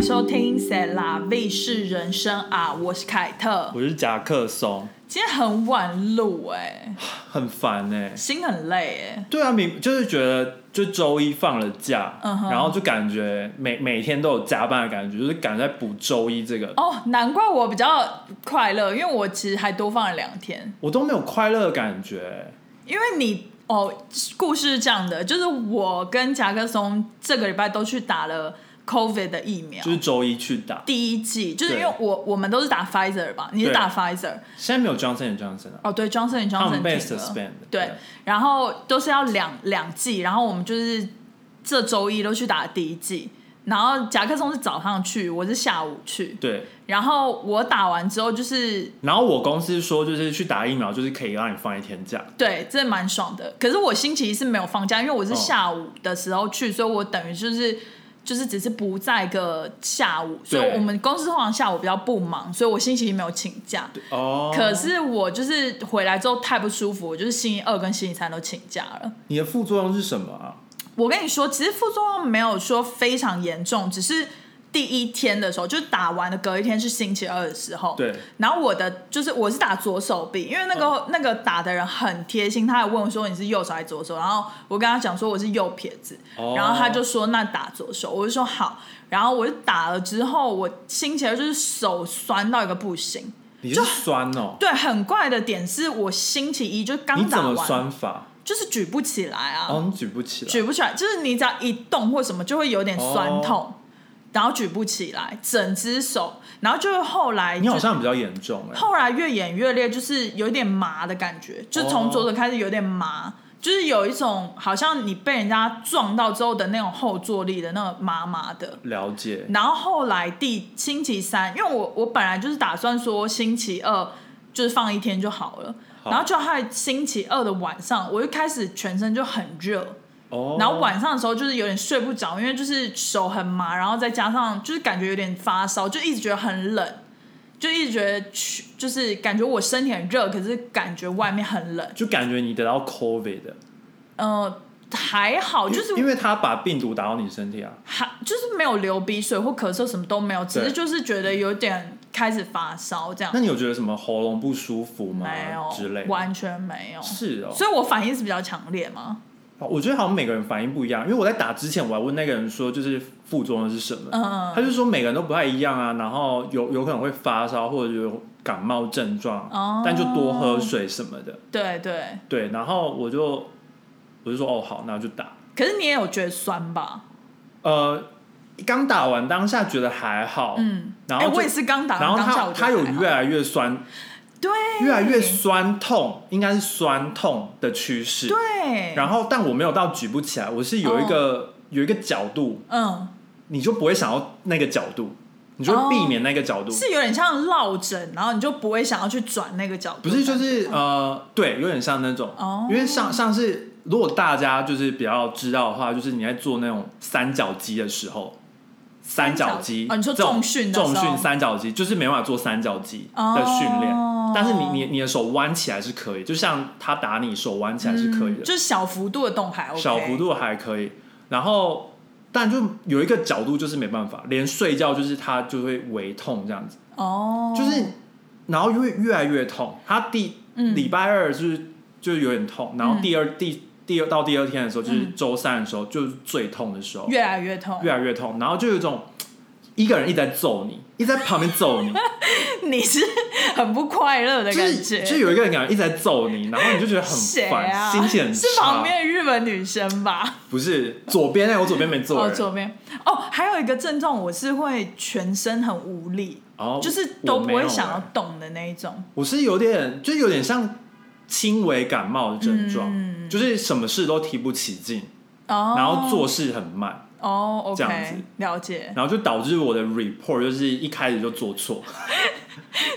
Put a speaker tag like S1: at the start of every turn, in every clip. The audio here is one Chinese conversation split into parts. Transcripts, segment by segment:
S1: 收听《谁啦卫视人生》啊，我是凯特。
S2: 我是夹克松，
S1: 今天很晚录哎、
S2: 很烦哎、
S1: 心很累哎、
S2: 对啊，明就是觉得就周一放了假
S1: 嗯哼
S2: 然后就感觉每每天都有加班的感觉，就是赶在补周一这个，
S1: 哦，难怪我比较快乐，因为我其实还多放了两天。
S2: 我都没有快乐的感觉欸、
S1: 因为你哦，故事是这样的，就是我跟夹克松这个礼拜都去打了 COVID 的疫苗，
S2: 就是周一去打，
S1: 第一剂，就是因
S2: 对
S1: 为我我们都是打 Pfizer 吧，你是
S2: 对
S1: 打 Pfizer，
S2: 现在没有 Johnson Johnson 啊，
S1: 哦，对，Johnson and
S2: 他
S1: Johnson
S2: 们 best
S1: 停了
S2: spend
S1: 对，然后都是要两两剂，然后我们就是这周一都去打第一剂，然后夹克松是早上去，我是下午去，
S2: 对，
S1: 然后我打完之后就是
S2: 然后我公司说就是去打疫苗，就是可以让你放一天假，
S1: 对，真的蛮爽的。可是我星期一是没有放假，因为
S2: 哦
S1: 我是下午的时候去，所以我等于就是就是只是不在个下午，所以
S2: 对
S1: 我们公司通常下午比较不忙，所以我星期一没有请假。
S2: 哦，
S1: 可是我就是回来之后太不舒服，我就是星期二跟星期三都请假了。
S2: 你的副作用是什么啊？
S1: 我跟你说，其实副作用没有说非常严重，只是第一天的时候，就是打完的隔一天是星期二的时候，
S2: 对，嗯
S1: 然后我的就是我是打左手臂，因为那个、那个打的人很贴心，他还问我说你是右手还是左手，然后我跟他讲说我是右撇子，
S2: 哦
S1: 然后他就说那打左手，我就说好，然后我就打了之后，我星期二就是手酸到一个不行，
S2: 你是酸哦、
S1: 对，很怪的点是我星期一就
S2: 你
S1: 刚
S2: 怎
S1: 打
S2: 么
S1: 完，
S2: 酸法？
S1: 就是举不起来啊，
S2: 哦，你举不起来，
S1: 举不起来，就是你只要一动或什么，就会有点酸痛，
S2: 哦
S1: 然后举不起来，整只手，然后就是后来
S2: 你好
S1: 就
S2: 像比较严重哎、
S1: 后来越演越烈，就是有一点麻的感觉，就从左手开始有点
S2: 哦
S1: 麻，就是有一种好像你被人家撞到之后的那种后坐力的那种麻麻的。
S2: 了解，
S1: 然后后来第星期三，因为我我本来就是打算说星期二就是放一天就好了，
S2: 好
S1: 然后就害星期二的晚上，我就开始全身就很热，
S2: 哦，
S1: 然后晚上的时候就是有点睡不着，因为就是手很麻，然后再加上就是感觉有点发烧，就一直觉得很冷，就一直觉得去就是感觉我身体很热，可是感觉外面很冷。
S2: 就感觉你得到 COVID 的，
S1: 呃，还好，哦就是
S2: 因为他把病毒打到你身体啊。
S1: 还就是没有流鼻水或咳嗽，什么都没有，只是
S2: 对
S1: 就是觉得有点开始发烧这样
S2: 那，你有觉得什么喉咙不舒服吗？
S1: 没有
S2: 之类的
S1: 完全没有。
S2: 是哦，
S1: 所以我反应是比较强烈嘛，
S2: 我觉得好像每个人反应不一样。因为我在打之前，我还问那个人说，就是副作用是什么，
S1: 嗯
S2: 他就说每个人都不太一样啊，然后有有可能会发烧或者有感冒症状，
S1: 哦
S2: 但就多喝水什么的。
S1: 对对。
S2: 对，然后我就我就说哦好，那就打。
S1: 可是你也有觉得酸吧？
S2: 呃，刚打完当下觉得还好，
S1: 嗯，
S2: 然后
S1: 哎
S2: 就
S1: 我也是刚打
S2: 然
S1: 完
S2: 后
S1: 当下我
S2: 它
S1: 觉得
S2: 它有
S1: 还好
S2: 越来越酸，
S1: 对，
S2: 越来越酸痛，应该是酸痛的趋势。
S1: 对，
S2: 然后，但我没有到举不起来，我是有一
S1: 哦
S2: 个、有一个角度，
S1: 嗯，
S2: 你就不会想要那个角度，你就会避免那个角度。
S1: 是有点像落枕，然后你就不会想要去转那个角度，
S2: 不是就是呃，对，有点像那种，
S1: 哦
S2: 因为上上次如果大家就是比较知道的话，就是你在做那种三角肌的时候，三角肌，
S1: 哦你说
S2: 这种
S1: 重训的时候
S2: 重训三角肌，就是没办法做三角肌的训练，
S1: 哦
S2: 但是你你你的手弯起来是可以，就像他打你手弯起来是可以的，
S1: 就是小幅度的动还 OK，
S2: 小幅度还可以，然后。但就有一个角度就是没办法，连睡觉就是他就会微痛这样子，
S1: 哦，
S2: 就是，然后越越来越痛。他第
S1: 嗯
S2: 礼拜二就是就是有点痛，然后第二、第第二到第二天的时候，就是周三的时候，就是最痛的时候，
S1: 嗯越来越痛，
S2: 越来越痛，然后就有一种一个人一直在揍你，一直在旁边 揍你，
S1: 你是很不快乐的
S2: 就
S1: 感
S2: 是
S1: 觉，
S2: 就是有一个人感觉一直在揍你，然后你就觉得很
S1: 谁
S2: 烦，
S1: 啊？
S2: 心情很
S1: 是
S2: 差。
S1: 旁边的日本女生吧？
S2: 不是左边那我左边没揍
S1: 哦，
S2: 人，
S1: 左边哦，还有一个症状，我是会全身很无力，
S2: 哦
S1: 就是都不会
S2: 欸
S1: 想要动的那一种。
S2: 我是有点，就有点像轻微感冒的症状，
S1: 嗯
S2: 就是什么事都提不起劲，
S1: 哦，
S2: 然后做事很慢，
S1: 哦
S2: 这样子
S1: ，OK，了解。
S2: 然后就导致我的 report 就是一开始就做错，
S1: 哦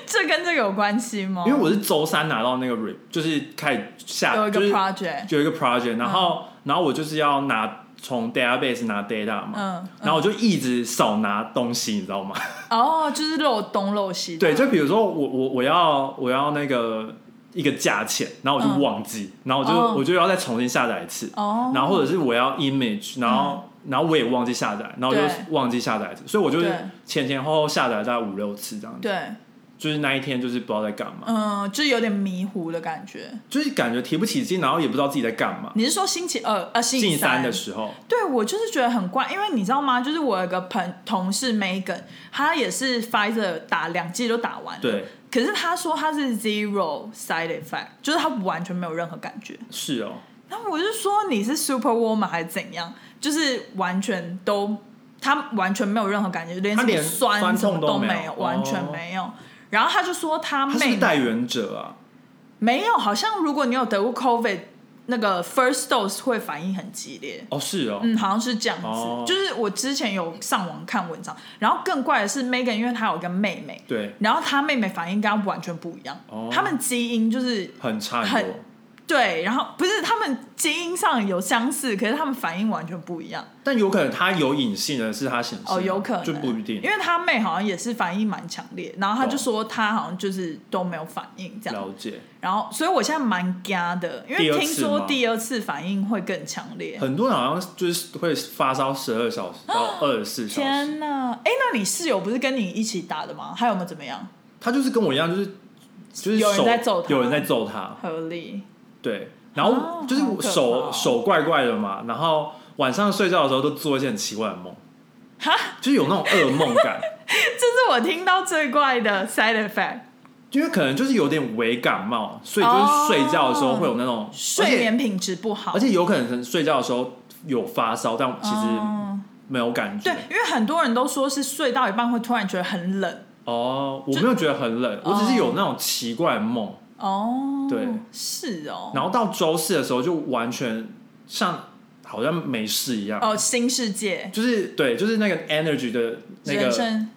S1: 这跟这个有关系吗？
S2: 因为我是周三拿到那个 re，就是开始下
S1: 有一个
S2: 就是
S1: project，嗯
S2: 有一个 project，然后、然后我就是要拿从 database 拿 data 嘛，
S1: 嗯，
S2: 然后我就一直少拿东西，你知道吗？
S1: 哦，就是漏东漏西的。
S2: 对，就比如说我我我要我要那个一个价钱，然后我就忘记，然后我就、
S1: 嗯哦
S2: 我就要再重新下载一次，
S1: 哦，嗯
S2: 然后或者是我要 image，然后、然后我也忘记下载，然后我就
S1: 对
S2: 忘记下载一次，所以我就是
S1: 对
S2: 前前后后下载大概五六次这样子，
S1: 对，
S2: 就是那一天就是不知道在干嘛，
S1: 嗯，就是有点迷糊的感觉。
S2: 就是感觉提不起劲，然后也不知道自己在干嘛。
S1: 你是说星期二呃星期
S2: 进
S1: 三
S2: 三的时候，
S1: 对，我就是觉得很怪，因为你知道吗？就是我有一个朋同事 Megan，她也是 Pfizer 打两剂都打完了，
S2: 对，
S1: 可是她说她是 zero side effect，就是她完全没有任何感觉。
S2: 是哦，
S1: 然后我就说你是 super woman 还是怎样？就是完全都，她完全没有任何感觉，连
S2: 她
S1: 什么
S2: 连
S1: 酸
S2: 酸
S1: 什么
S2: 痛
S1: 都
S2: 都没
S1: 有，
S2: 有
S1: 完全
S2: 哦
S1: 没有。然后她就说她
S2: 他是不
S1: 妹
S2: 是代言者啊，
S1: 没有，好像如果你有得过 COVID，那个 first dose 会反应很激烈。
S2: 哦是哦，
S1: 嗯，好像是这样子。
S2: 哦
S1: 就是我之前有上网看文章，然后更怪的是 Megan，因为她有个妹妹，
S2: 对，
S1: 然后她妹妹反应跟她完全不一样。
S2: 哦
S1: 他们基因就是
S2: 很差很
S1: 很
S2: 多。
S1: 对，然后不是他们基因上有相似，可是他们反应完全不一样。
S2: 但有可能他有隐性的是他显示的啊
S1: 哦，有可能
S2: 就不一定
S1: 因为她妹好像也是反应蛮强烈，然后她就
S2: 懂
S1: 说她好像就是都没有反应这样。
S2: 了解。
S1: 然后，所以我现在蛮嘎的，因
S2: 第
S1: 为
S2: 二次
S1: 听说
S2: 吗
S1: 第二次反应会更强烈。
S2: 很多人好像就是会发烧十二小时到二十四小时，
S1: 哦天呐！哎，那你室友不是跟你一起打的吗？还有没有怎么样？
S2: 他就是跟我一样，就是就是
S1: 有人
S2: 手
S1: 在揍他
S2: 有人在揍他，
S1: 合理。
S2: 对，然后
S1: 哦
S2: 就是
S1: 好可怕
S2: 手、
S1: 哦
S2: 手怪怪的嘛，然后晚上睡觉的时候都做一些很奇怪的梦，
S1: 哈，
S2: 就是有那种噩梦感，
S1: 这是我听到最怪的 side effect，
S2: 因为可能就是有点微感冒，所以就是睡觉的时候会有那种、
S1: 哦睡眠品质不好。
S2: 而且，而且有可能睡觉的时候有发烧，但其实
S1: 嗯
S2: 没有感觉。
S1: 对，因为很多人都说是睡到一半会突然觉得很冷。
S2: 哦，我没有觉得很冷，我只是有那种奇怪的梦。
S1: 哦，
S2: 对，
S1: 是哦。
S2: 然后到周四的时候就完全像好像没事一样，
S1: 哦，新世界，
S2: 就是对，就是那个 energy 的那
S1: 人
S2: 个
S1: 生，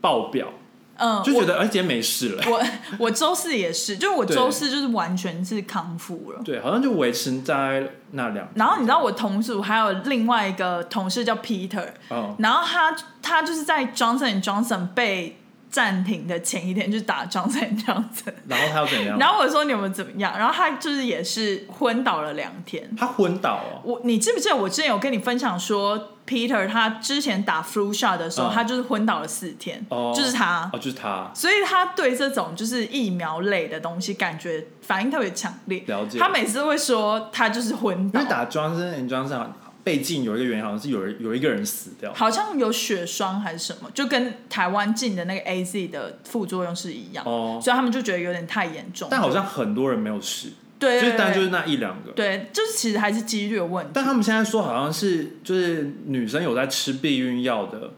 S2: 爆表，
S1: 嗯，
S2: 就觉得哎、今天没事了。
S1: 我 我我周四也是，就是我
S2: 对
S1: 周四就是完全是康复了。
S2: 对，好像就维持在那两。
S1: 然后你知道我同组还有另外一个同事叫 Peter，
S2: 嗯，
S1: 然后他他就是在 Johnson Johnson 被暂停的前一天就打 Johnson Johnson，
S2: 然后他又怎样？
S1: 然后我说你们怎么样？然后他就是也是昏倒了两天。
S2: 他昏倒哦。
S1: 我你记不记得我之前有跟你分享说，Peter 他之前打 flu shot 的时候，
S2: 嗯
S1: 他就是昏倒了四天，
S2: 哦
S1: 就是他
S2: 哦，，就是他，
S1: 所以他对这种就是疫苗类的东西感觉反应特别强烈。
S2: 了解
S1: 他每次会说他就是昏
S2: 因
S1: 倒
S2: 为，打 Johnson and Johnson 被禁有一个原因，好像是有人有一个人死掉。
S1: 好像有血栓还是什么，就跟台湾进的那个 A Z 的副作用是一样，
S2: 哦
S1: 所以他们就觉得有点太严重。
S2: 但好像很多人没有事，
S1: 对
S2: 就
S1: 对
S2: 是
S1: 对，
S2: 但就是那一两个。
S1: 对，就是其实还是几率的问题。
S2: 但他们现在说好像是就是女生有在吃避孕药的，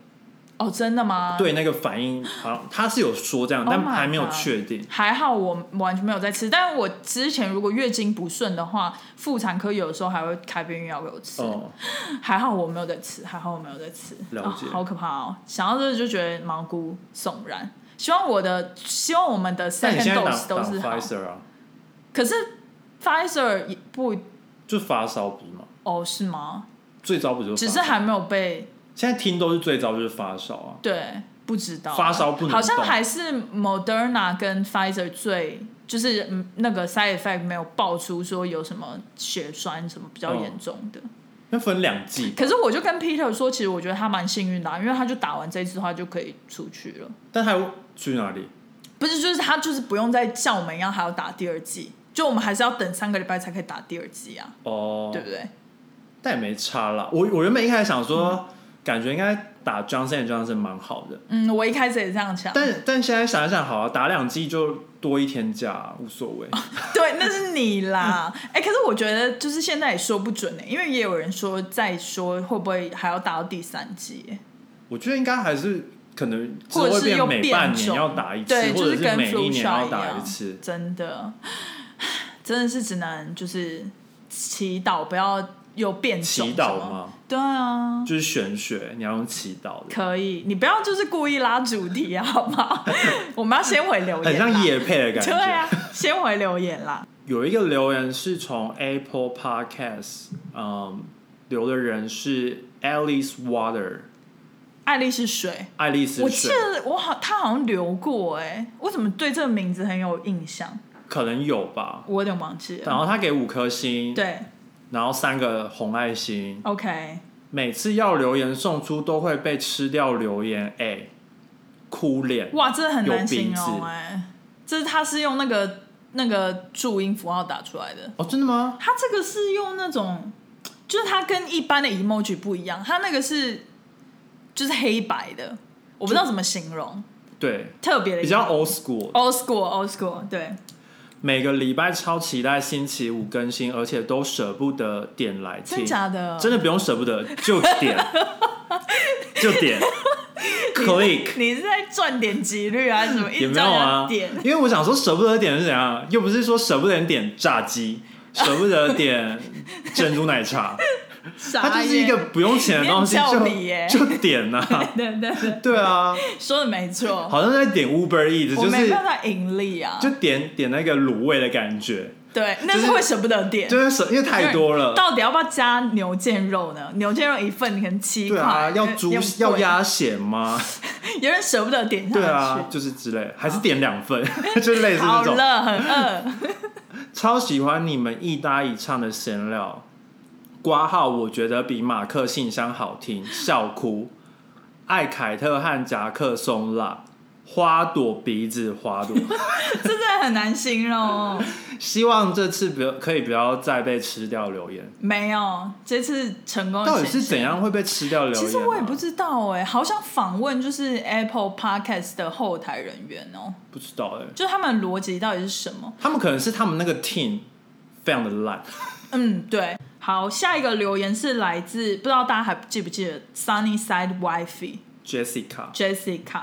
S1: 哦，真的吗？，
S2: 对那个反应好像他是有说这样，
S1: Oh
S2: 但
S1: my
S2: 还没有
S1: God
S2: 确定。
S1: 还好我完全没有在吃，但我之前如果月经不顺的话，妇产科有时候还会开避孕药给我吃。
S2: 哦，
S1: 还好我没有在吃，还好我没有在吃，
S2: 了解
S1: 啊好可怕哦！想到这个就觉得毛骨悚然。希望我的，希望我们的
S2: 但
S1: second
S2: 你现在打
S1: dose 都
S2: 打
S1: 是好。
S2: Pfizer 啊，
S1: 可是 Pfizer 也不
S2: 就发烧不是吗？
S1: 哦，是吗？
S2: 最早不就是发
S1: 只
S2: 烧？
S1: 是还没有被
S2: 现在听都是最早就是发烧啊。
S1: 对，不知道啊
S2: 发烧不能动
S1: 好像还是 Moderna 跟 Pfizer 最就是嗯那个 side effect 没有爆出说有什么血栓什么比较严重的。
S2: 那分两季，
S1: 可是我就跟 Peter 说，其实我觉得他蛮幸运的啊、因为他就打完这一次的话就可以出去了。
S2: 但还有去哪里？
S1: 不是，就是他就是不用再像我们一样还要打第二剂，就我们还是要等三个礼拜才可以打第二剂啊，
S2: 哦，
S1: 对不对？
S2: 但也没差啦。我我原本一开始想说，感觉应该打 Johnson Johnson 蛮好的，
S1: 嗯，我一开始也这样想，
S2: 但但现在想一想，好啊，打两季就多一天假、无所谓。
S1: 哦 对，那是你啦。哎、可是我觉得就是现在也说不准呢、欸因为也有人说再说会不会还要打到第三季欸、
S2: 我觉得应该还是可能只
S1: 或者
S2: 会
S1: 是又
S2: 变每半
S1: 变
S2: 年
S1: 种
S2: 要打一次，
S1: 对，
S2: 或
S1: 就
S2: 者
S1: 跟
S2: 每
S1: flu
S2: 一
S1: shot
S2: 年要打
S1: 样
S2: 一次。
S1: 真的，真的是只能就是祈祷不要又变种
S2: 祈祷
S1: 什么
S2: 吗？
S1: 对啊，
S2: 就是玄学，你要用祈祷的，
S1: 可以，你不要就是故意拉主题啊，好吗？ 我们要先回留言啦，
S2: 很像夜配的感
S1: 对
S2: 觉。
S1: 啊，先回留言啦。
S2: 有一个留言是从 Apple Podcast，嗯，留的人是 Alice Water，
S1: 爱丽是水，
S2: 爱丽丝
S1: 我记
S2: 水。
S1: 欸得我好，他好像留过哎、我怎么对这个名字很有印象？
S2: 可能有吧。
S1: 我有点忘记
S2: 然
S1: 了。
S2: 后他给五颗星，
S1: 对
S2: 然后三个红爱心。
S1: ，OK，
S2: 每次要留言送出都会被吃掉留言，哎、哭脸。
S1: 哇，这很难形
S2: 有鼻
S1: 容
S2: 子
S1: 哎、这是他是用那个那个注音符号打出来的，
S2: 哦，真的吗？
S1: 他这个是用那种，就是它跟一般的 emoji 不一样，它那个是就是黑白的，我不知道怎么形容，
S2: 对，
S1: 特别的
S2: 比较 old school。
S1: old school old school，对，
S2: 每个礼拜超期待星期五更新，而且都舍不得点来听。
S1: 真假的？
S2: 真的不用舍不得，就 点，就点，click
S1: 你是在赚点击率还是什么？一
S2: 也
S1: 直
S2: 没
S1: 叫
S2: 有
S1: 人
S2: 啊
S1: 家，点，
S2: 因为我想说舍不得点是怎样，又不是说舍不得点炸鸡，舍不得点 珍珠奶茶，它
S1: 它
S2: 就是一个不用钱的东西，
S1: 你很
S2: 就
S1: 教理耶
S2: 就点呐、
S1: 对对对，
S2: 对啊，
S1: 说的没错，
S2: 好像在点 Uber Eats，
S1: 我
S2: 就
S1: 没
S2: 是
S1: 办法盈利啊，
S2: 就点点那个卤味的感觉，
S1: 对，那是会舍不得点，
S2: 就是舍因为太多了，
S1: 到底要不要加牛腱肉呢？牛腱肉一份可能七
S2: 对
S1: 块，呃
S2: 啊，要
S1: 有
S2: 猪
S1: 有点贵
S2: 要，鸭血 吗？
S1: 有人舍不得点下去。
S2: 对啊，就是之类，还是点两份， 就类似
S1: 好
S2: 这种。
S1: 了，很饿。
S2: 超喜欢你们一搭一唱的闲聊，挂号我觉得比马克信箱好听，笑哭。艾凯特和夹克松辣，花朵鼻子花 朵。
S1: 这真的很难形容哦。
S2: 希望这次不要可以不要再被吃掉留言。
S1: 没有，这次成功的
S2: 到底是
S1: 显现
S2: 怎样会被吃掉留言、
S1: 其
S2: 啊？
S1: 实我也不知道哎、好想访问就是 Apple Podcast 的后台人员哦、
S2: 不知道哎、
S1: 就是他们的逻辑到底是什么？
S2: 他们可能是他们那个 team 非常的烂。
S1: 嗯，对。好，下一个留言是来自不知道大家还记不记得 Sunny Side WiFi。
S2: Jessica，
S1: Jessica，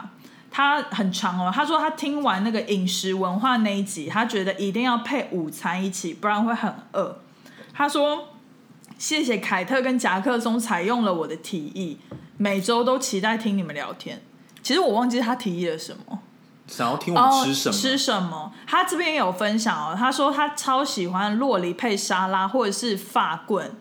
S1: 她很长哦。她说她听完那个饮食文化那一集，她觉得一定要配午餐一起，不然会很饿。她说谢谢凯特跟夹克松采用了我的提议，每周都期待听你们聊天。其实我忘记她提议了什么。
S2: 想要听我们吃什么？
S1: 哦？吃什么？他这边也有分享哦，他说他超喜欢洛梨配沙拉或者是法棍，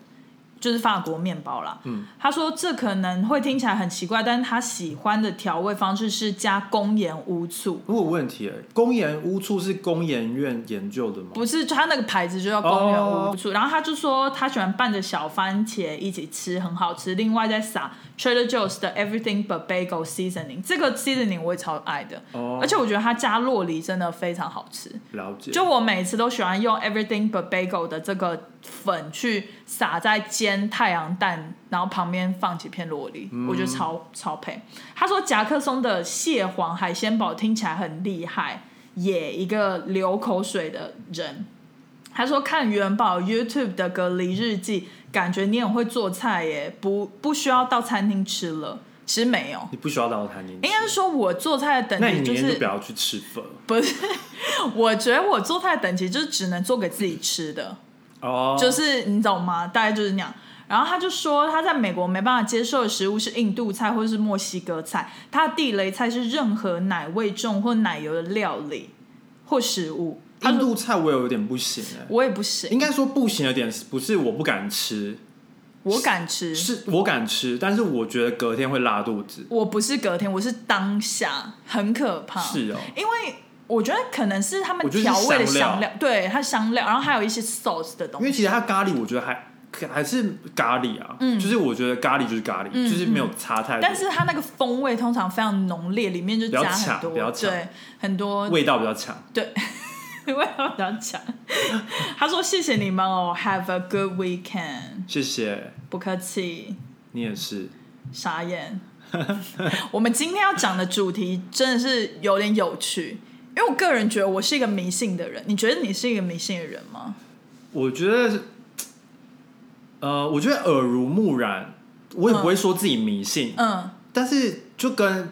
S1: 就是法国面包啦。嗯，他说这可能会听起来很奇怪，但是他喜欢的调味方式是加公盐乌醋，
S2: 我有问题哎、公研屋处是公研院研究的吗？
S1: 不是他那个牌子就叫
S2: 哦
S1: 公园乌醋。然后他就说他喜欢拌着小番茄一起吃，很好吃。另外再撒 Trader Joe's 的 Everything But Bagel Seasoning，这个 seasoning 我也超爱的，
S2: 哦
S1: 而且我觉得他加洛梨真的非常好吃。
S2: 了解。
S1: 就我每次都喜欢用 Everything But Bagel 的这个粉去撒在煎太阳蛋，然后旁边放几片洛梨，
S2: 嗯
S1: 我觉得超超配。他说夹克松的蟹黄海鲜堡听起来很厉害，也一个流口水的人。他说看元宝 YouTube 的隔离日记，感觉你很会做菜耶，不不需要到餐厅吃了。其实没有，
S2: 你不需要到餐厅吃，
S1: 应该是说我做菜的
S2: 那
S1: 等
S2: 你
S1: 级就
S2: 明天
S1: 是
S2: 就不要去吃粉
S1: 不是，我觉得我做菜的等级就是只能做给自己吃的，
S2: 哦。
S1: 就是你懂吗？大概就是那样。然后他就说，他在美国没办法接受的食物是印度菜或是墨西哥菜，他的地雷菜是任何奶味重或奶油的料理或食物。他
S2: 印
S1: 说
S2: 度菜我有点不行哎、
S1: 我也不行，
S2: 应该说不行的点是不是我不敢吃，
S1: 我敢吃，
S2: 是我敢吃，但是我觉得隔天会拉肚子。
S1: 我不是隔天，我是当下，很可怕。
S2: 是哦，
S1: 因为我觉得可能是他
S2: 我
S1: 们
S2: 觉得是
S1: 调味的
S2: 香料
S1: 香料，对，它香料，然后还有一些 sauce 的东
S2: 因
S1: 西。
S2: 为其实它咖喱我觉得还还是咖喱啊，嗯，就是我觉得咖喱就是咖喱，
S1: 嗯
S2: 就是没有差太多，
S1: 但是它那个风味通常非常浓烈，里面就
S2: 比
S1: 加
S2: 较
S1: 很
S2: 强比
S1: 多，
S2: 较强
S1: 对，很多
S2: 味道比较强。
S1: 对， 味道比较强。他说：“谢谢你们哦，Have a good weekend。
S2: 谢谢”
S1: 不客气，
S2: 你也是，
S1: 傻眼。我们今天要讲的主题真的是有点有趣，因为我个人觉得我是一个迷信的人。你觉得你是一个迷信的人吗？
S2: 我觉得，呃，我觉得耳濡目染，我也不会说自己迷信，
S1: 嗯，
S2: 但是就跟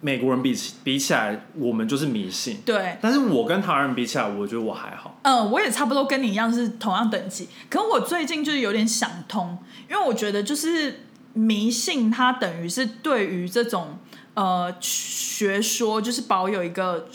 S2: 美国人比起比起来，我们就是迷信。
S1: 对，
S2: 但是我跟台湾人比起来，我觉得我还好。
S1: 嗯，我也差不多跟你一样是同样等级，可我最近就是有点想通，因为我觉得就是迷信，它等于是对于这种呃学说，就是保有一个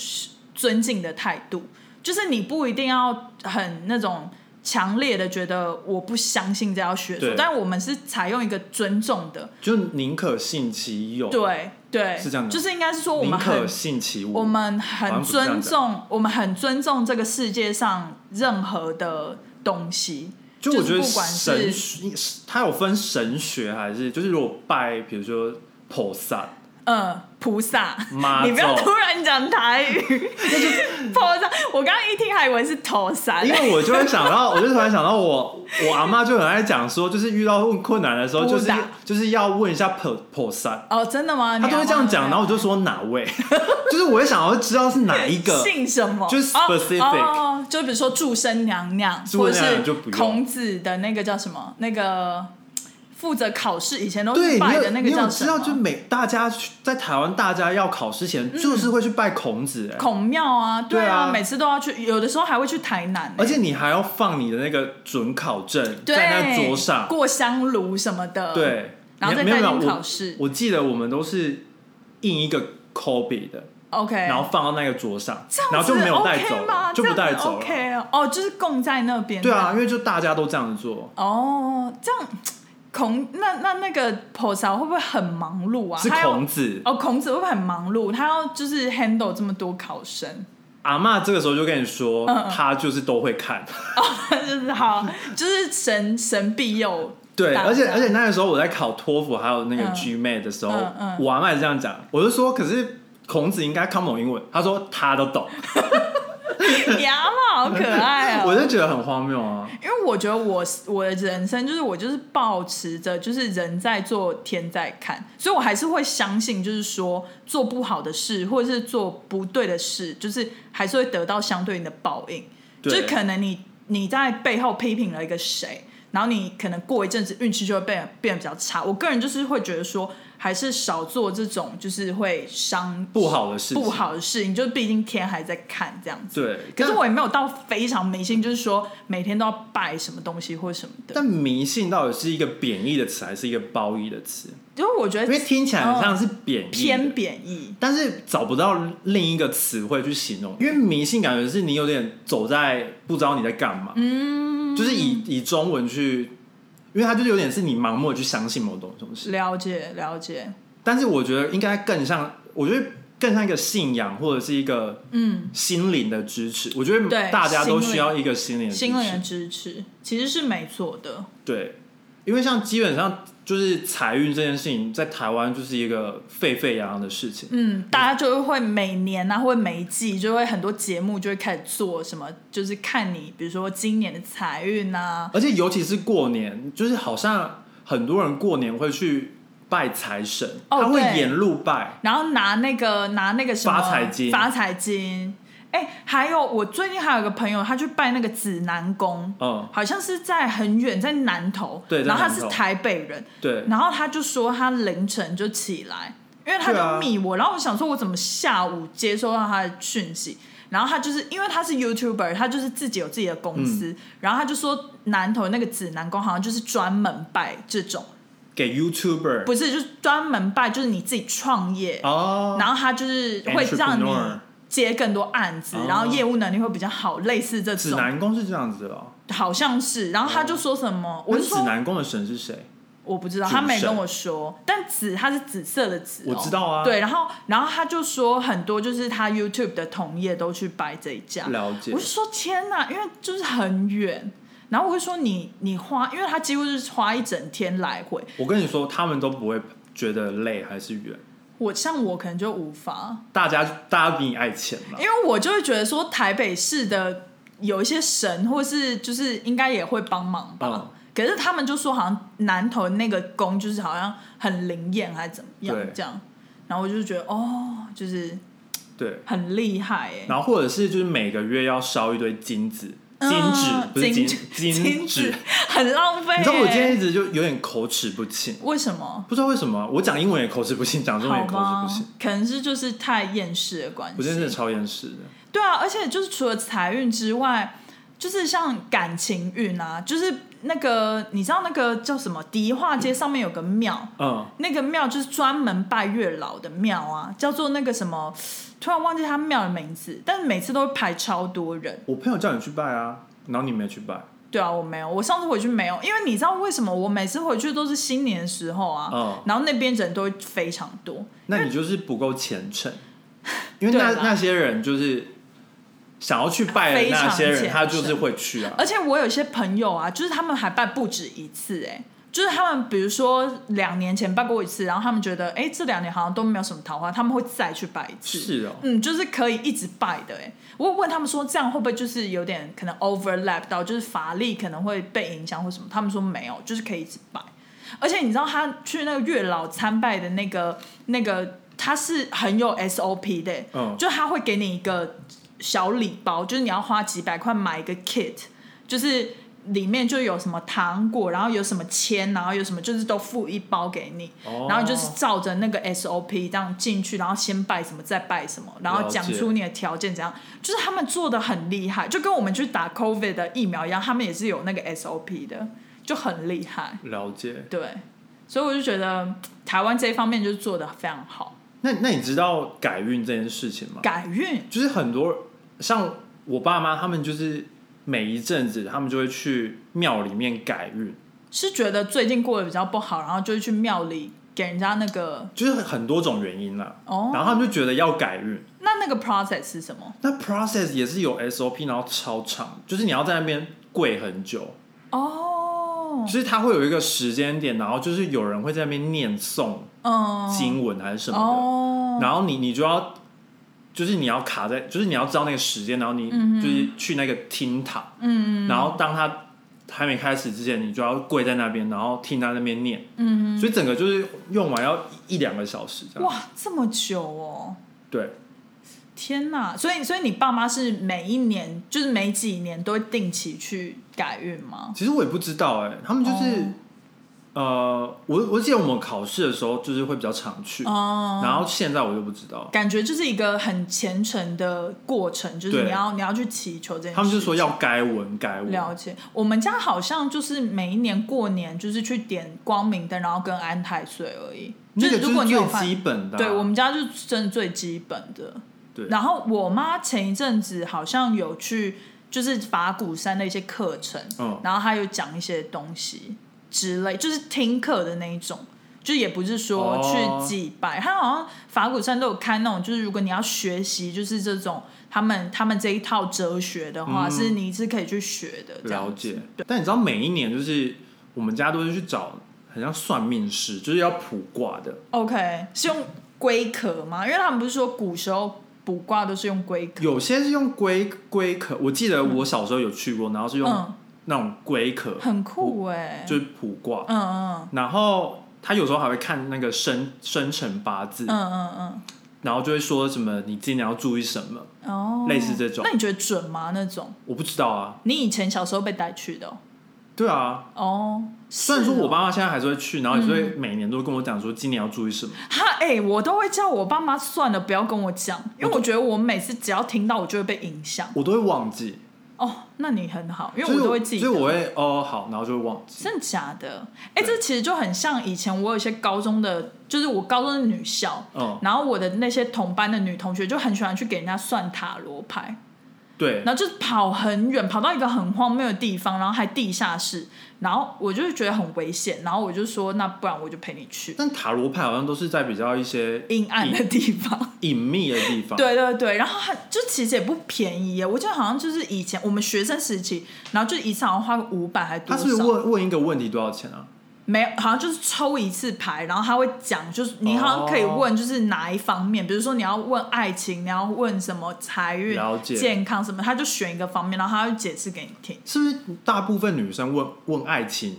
S1: 尊敬的态度，就是你不一定要很那种。强烈的觉得我不相信这条学说
S2: 对，
S1: 但我们是采用一个尊重的，
S2: 就宁可信其有，，
S1: 对对，
S2: 是这样的
S1: 就是应该是说我
S2: 宁
S1: 们
S2: 可
S1: 很
S2: 信其无，
S1: 我们
S2: 好像
S1: 很
S2: 不是这样
S1: 尊
S2: 子啊
S1: 重，我们很尊重这个世界上任何的东西，
S2: 就我
S1: 就是
S2: 觉得
S1: 不管是
S2: 神学，它有分神学还是就是如果拜，比如说菩萨、
S1: 嗯，菩萨。
S2: 妈
S1: 你
S2: 祖
S1: 不，要突然讲台语，菩萨，我刚刚一听还以为是头伞
S2: 因。为我就会想到，我就突然想到我我阿妈就很爱讲说，就是遇到问困难的时候，就是
S1: 菩萨
S2: 就是要问一下菩菩萨，
S1: 哦，真的吗？
S2: 他
S1: 你
S2: 都会这样讲，
S1: 要
S2: 然后我就说哪位， 就是我会想要知道是哪一 个，
S1: 姓什么？
S2: 就是
S1: 哦
S2: specific
S1: 哦，就比如说祝生娘娘，
S2: 祝
S1: 或
S2: 生娘
S1: 者
S2: 娘
S1: 是
S2: 就不用
S1: 孔子的那个叫什么？那个负责考试以前都
S2: 对，
S1: 是
S2: 你
S1: 拜
S2: 有
S1: 的那个
S2: 你有
S1: 叫
S2: 知
S1: 什
S2: 道，就
S1: 么？嗯
S2: 每大家去在台湾，大家要考试前就是会去拜孔子、哎、
S1: 孔庙啊，对
S2: 对啊
S1: 每次都要去，有的时候还会去台南欸，
S2: 而且你还要放你的那个准考证
S1: 对
S2: 在那个桌上，
S1: 过香炉什么的，，
S2: 对，
S1: 然后再
S2: 没有
S1: 带
S2: 没有
S1: 进考
S2: 我
S1: 试。
S2: 我记得我们都是印一个 copy 的，
S1: OK，
S2: 然后放到那个桌上
S1: 这样，子
S2: 然后就没有带
S1: OK
S2: 走
S1: 吗
S2: 了，就不带走了。
S1: 这样子 OK 哦，哦，就是供在那边。
S2: 对啊，因，为就大家都这样做，
S1: 哦，这样孔那那那个菩萨会不会很忙碌啊？
S2: 是
S1: 他要
S2: 孔子
S1: 哦，孔子会不会很忙碌？他要就是 handle 这么多考生，
S2: 阿嬷这个时候就跟你说，
S1: 嗯嗯
S2: 他就是都会看。
S1: 就是好，就是神神庇佑。
S2: 对，
S1: 大
S2: 而且
S1: 家
S2: 而且那个时候我在考托福还有那个
S1: 嗯
S2: GMAT 的时候，
S1: 嗯嗯
S2: 我阿妈也这样讲，我就说，可是孔子应该看不懂英文，他说他都懂，
S1: 牙嘛，好可爱哦、
S2: 我就觉得很荒谬啊。
S1: 因为我觉得我我的人生就是我就是保持着就是人在做天在看，所以我还是会相信，就是说做不好的事或者是做不对的事，就是还是会得到相对应的报应。就
S2: 对
S1: 是，可能你你在背后批评了一个谁，然后你可能过一阵子运气就会变变得比较差。我个人就是会觉得说，还是少做这种就是会伤
S2: 不好的事情，
S1: 不好的事情，就毕竟天还在看这样子。
S2: 对。
S1: 可是
S2: 但
S1: 我也没有到非常迷信，就是说每天都要拜什么东西或什么的。
S2: 但迷信到底是一个贬义的词还是一个褒义的词？
S1: 因为我觉
S2: 因为
S1: 得
S2: 听起来很像是贬义的，
S1: 呃哦偏贬义，
S2: 但是找不到另一个词汇去形容，因为迷信感觉是你有点走在不知道你在干嘛，
S1: 嗯，
S2: 就是以以中文去，因为它就是有点是你盲目的去相信某种东西。
S1: 了解了解，
S2: 但是我觉得应该更像，我觉得更像一个信仰或者是一个
S1: 嗯，
S2: 心灵的支持。我觉得
S1: 对
S2: 大家都
S1: 心灵
S2: 需要一个心灵的支
S1: 心灵的
S2: 持，
S1: 支持其实是没错的，
S2: 对，因为像基本上就是财运这件事情，在台湾就是一个沸沸扬扬的事情。
S1: 嗯，大家就会每年啊，或者每一季，就会很多节目就会开始做什么，就是看你，比如说今年的财运啊，
S2: 而且尤其是过年，就是好像很多人过年会去拜财神，
S1: 哦
S2: 他会
S1: 对
S2: 沿路拜。
S1: 然后拿那个拿那个什么
S2: 发财金
S1: 发财金。哎、还有我最近还有个朋友，他去拜那个指南宫，
S2: 嗯，
S1: 好像是在很远，在南头，
S2: 对在
S1: 然后他
S2: 南
S1: 是
S2: 投
S1: 台北人，
S2: 对，
S1: 然后他就说他凌晨就起来，因为他
S2: 对啊
S1: 就密我，然后我想说我怎么下午接收到他的讯息，然后他就是因为他是 YouTuber，他就是自己有自己的公司，
S2: 嗯
S1: 然后他就说南投那个指南宫好像就是专门拜这种，
S2: 给 YouTuber
S1: 不是就是专门拜就是你自己创业，
S2: 哦，
S1: 然后他就是会让你
S2: Entrepreneur
S1: 接更多案子
S2: 哦，
S1: 然后业务能力会比较好，类似这
S2: 指
S1: 种
S2: 南宫是这样子的哦。
S1: 好像是，然后他就说什么，我
S2: 那
S1: 就
S2: 哦指
S1: 说
S2: 南宫的神是谁？
S1: 我不知道，
S2: 紫色
S1: 他没跟我说。但紫它是紫色的紫、哦，
S2: 我知道啊
S1: 对，然后然后他就说很多就是他 YouTube 的同业都去拜这一家，
S2: 了解
S1: 我就。说天哪，因为就是很远。然后我会说你你花，因为他几乎就是花一整天来回。
S2: 我跟你说，他们都不会觉得累还是远，
S1: 我像我可能就无法，
S2: 大家大家比你爱钱嘛
S1: 因。为我就会觉得说台北市的有一些神或是就是应该也会帮忙吧。
S2: 嗯
S1: 可是他们就说好像南投那个宫就是好像很灵验还是怎么样
S2: 对
S1: 这样，然后我就觉得哦，就是
S2: 对，
S1: 很厉害哎、
S2: 然后或者是就是每个月要烧一堆金子，金
S1: 嗯
S2: 纸不是金
S1: 金
S2: 金
S1: 纸
S2: 纸。
S1: 很浪费、欸。
S2: 你知道我今天一直就有点口齿不清，
S1: 为什么？
S2: 不知道为什么我讲英文也口齿不清，讲中文
S1: 好
S2: 也口齿
S1: 吧
S2: 不清。，
S1: 可能是就是太厌世的关
S2: 我真的是
S1: 系。
S2: 超厌世的。
S1: 对啊，而且就是除了财运之外，就是像感情运啊，就是那个你知道那个叫什么迪化街上面有个庙，
S2: 嗯，
S1: 那个庙就是专门拜月老的庙啊，叫做那个什么，突然忘记他庙的名字，但是每次都会排超多人。
S2: 我朋友叫你去拜啊，然后你没去拜，
S1: 对啊，我没有，我上次回去没有，因为你知道为什么我每次回去都是新年的时候啊，
S2: 嗯
S1: 然后那边人都会非常多，
S2: 那你就是不够 虔诚，因为那
S1: 对啦
S2: 那些人就是想要去拜的那
S1: 非
S2: 些
S1: 常虔
S2: 人，
S1: 诚
S2: 他就是会去啊。
S1: 而且我有些朋友啊，就是他们还拜不止一次、哎，就是他们比如说两年前拜过一次，然后他们觉得哎、这两年好像都没有什么桃花，他们会再去拜一次。
S2: 是哦，
S1: 嗯，就是可以一直拜的哎、我有问他们说，这样会不会就是有点可能 overlap 到，就是法力可能会被影响或什么？他们说没有，就是可以一直拜。而且你知道他去那个月老参拜的那个那个，他是很有 SOP 的欸、
S2: 嗯，
S1: 就他会给你一个小礼包，就是你要花几百块买一个 kit，就是里面就有什么糖果，然后有什么签，然后有什么就是都附一包给你，
S2: 哦
S1: 然后就是照着那个 SOP 这样进去，然后先拜什么再拜什么，然后讲出你的条件怎样，就是他们做的很厉害，就跟我们去打 COVID 的疫苗一样，他们也是有那个 SOP 的，就很厉害，
S2: 了解。
S1: 对，所以我就觉得台湾这一方面就是做的非常好，
S2: 那那你知道改运这件事情吗？
S1: 改运，
S2: 就是很多像我爸妈他们就是每一阵子他们就会去庙里面改运，
S1: 是觉得最近过得比较不好，然后就去庙里给人家那个
S2: 就是很多种原因啦。然
S1: 哦，
S2: 后他们就觉得要改运，
S1: 那那个 process 是什么？
S2: 那 process 也是有 SOP，然后超长，就是你要在那边跪很久，
S1: 哦
S2: 就，是它会有一个时间点，然后就是有人会在那边念诵
S1: 嗯，
S2: 经文还是什么的，
S1: 哦，
S2: 然后你你就要。就是你要卡在，就是你要知道那个时间，然后你
S1: 嗯哼
S2: 就是去那个厅堂，
S1: 嗯
S2: 然后当他还没开始之前，你就要跪在那边，然后听他那边念，
S1: 嗯
S2: 所以整个就是用完要一一两个小时这
S1: 哼，
S2: 样。
S1: 哇，这么久哦。
S2: 对，
S1: 天呐！所以，所以你爸妈是每一年，就是每几年都会定期去改运吗？
S2: 其实我也不知道哎、他们就是、
S1: 哦
S2: 呃，我我记得我们考试的时候就是会比较常去，
S1: 哦、
S2: 然后现在我就不知道。
S1: 感觉就是一个很虔诚的过程，就是
S2: 对
S1: 你要你要去祈求这件事情。
S2: 他们就说要该文该文，
S1: 了解，我们家好像就是每一年过年就是去点光明灯，然后跟安太岁而已。
S2: 那个
S1: 是
S2: 就
S1: 如果
S2: 是
S1: 你有
S2: 最
S1: 发
S2: 基本的啊、
S1: 对我们家就是真的最基本的。
S2: 对
S1: 然后我妈前一阵子好像有去，就是法鼓山的一些课程，
S2: 嗯
S1: 然后她有讲一些东西之类，就是听课的那一种。就也不是说
S2: 哦
S1: 去祭拜，她好像法鼓山都有开那种，就是如果你要学习，就是这种他们他们这一套哲学的话，
S2: 嗯
S1: 是你是可以去学的。这样
S2: 了
S1: 子
S2: 解。但你知道每一年就是我们家都是去找很像算命师，就是要卜卦的，
S1: OK，是用龟壳吗？因为他们不是说古时候卜卦都是用龟壳，
S2: 有些是用龟龟壳，我记得我小时候有去过，然后是用
S1: 嗯，
S2: 那种龟壳，
S1: 很酷哎、
S2: 就是卜卦，
S1: 嗯嗯
S2: 然后他有时候还会看那个生生辰八字，
S1: 嗯嗯
S2: 然后就会说什么你今年要注意什么，
S1: 嗯，哦，
S2: 类似这种
S1: 那你觉得准吗？那种
S2: 我不知道啊，
S1: 你以前小时候被带去的哦
S2: 对啊，
S1: 哦？
S2: 虽然说
S1: 是哦
S2: 我爸妈现在还是会去，然后也是会每年都跟我讲说今年要注意什么，
S1: 哈哎、我都会叫我爸妈算了，不要跟我讲，因为我觉得我每次只要听到，我就会被影响。
S2: 我都会忘记，
S1: 哦，那你很好，因为
S2: 所以
S1: 我都会记得。
S2: 所以我会哦好，然后就会忘记，
S1: 真的假的？哎、
S2: 对
S1: 这其实就很像以前我有一些高中的，就是我高中的女校，
S2: 嗯，
S1: 然后我的那些同班的女同学就很喜欢去给人家算塔罗牌，
S2: 对，
S1: 然后就是跑很远，跑到一个很荒谬的地方，然后还地下室，然后我就觉得很危险，然后我就说那不然我就陪你去
S2: 但塔罗牌好像都是在比较一些
S1: 阴暗的地方。
S2: 隐秘的地 方，
S1: 对对对，然后还就其实也不便宜耶，我记得好像就是以前我们学生时期，然后就一次好像花个五百还多
S2: 他
S1: 少？
S2: 是不是问问一个问题多少钱啊？
S1: 没有，好像就是抽一次牌，然后他会讲，就是你好像可以
S2: 哦
S1: 问，就是哪一方面，比如说你要问爱情，你要问什么财运
S2: 了、解
S1: 健康什么，他就选一个方面，然后他会解释给你听。
S2: 是不是大部分女生问问爱情，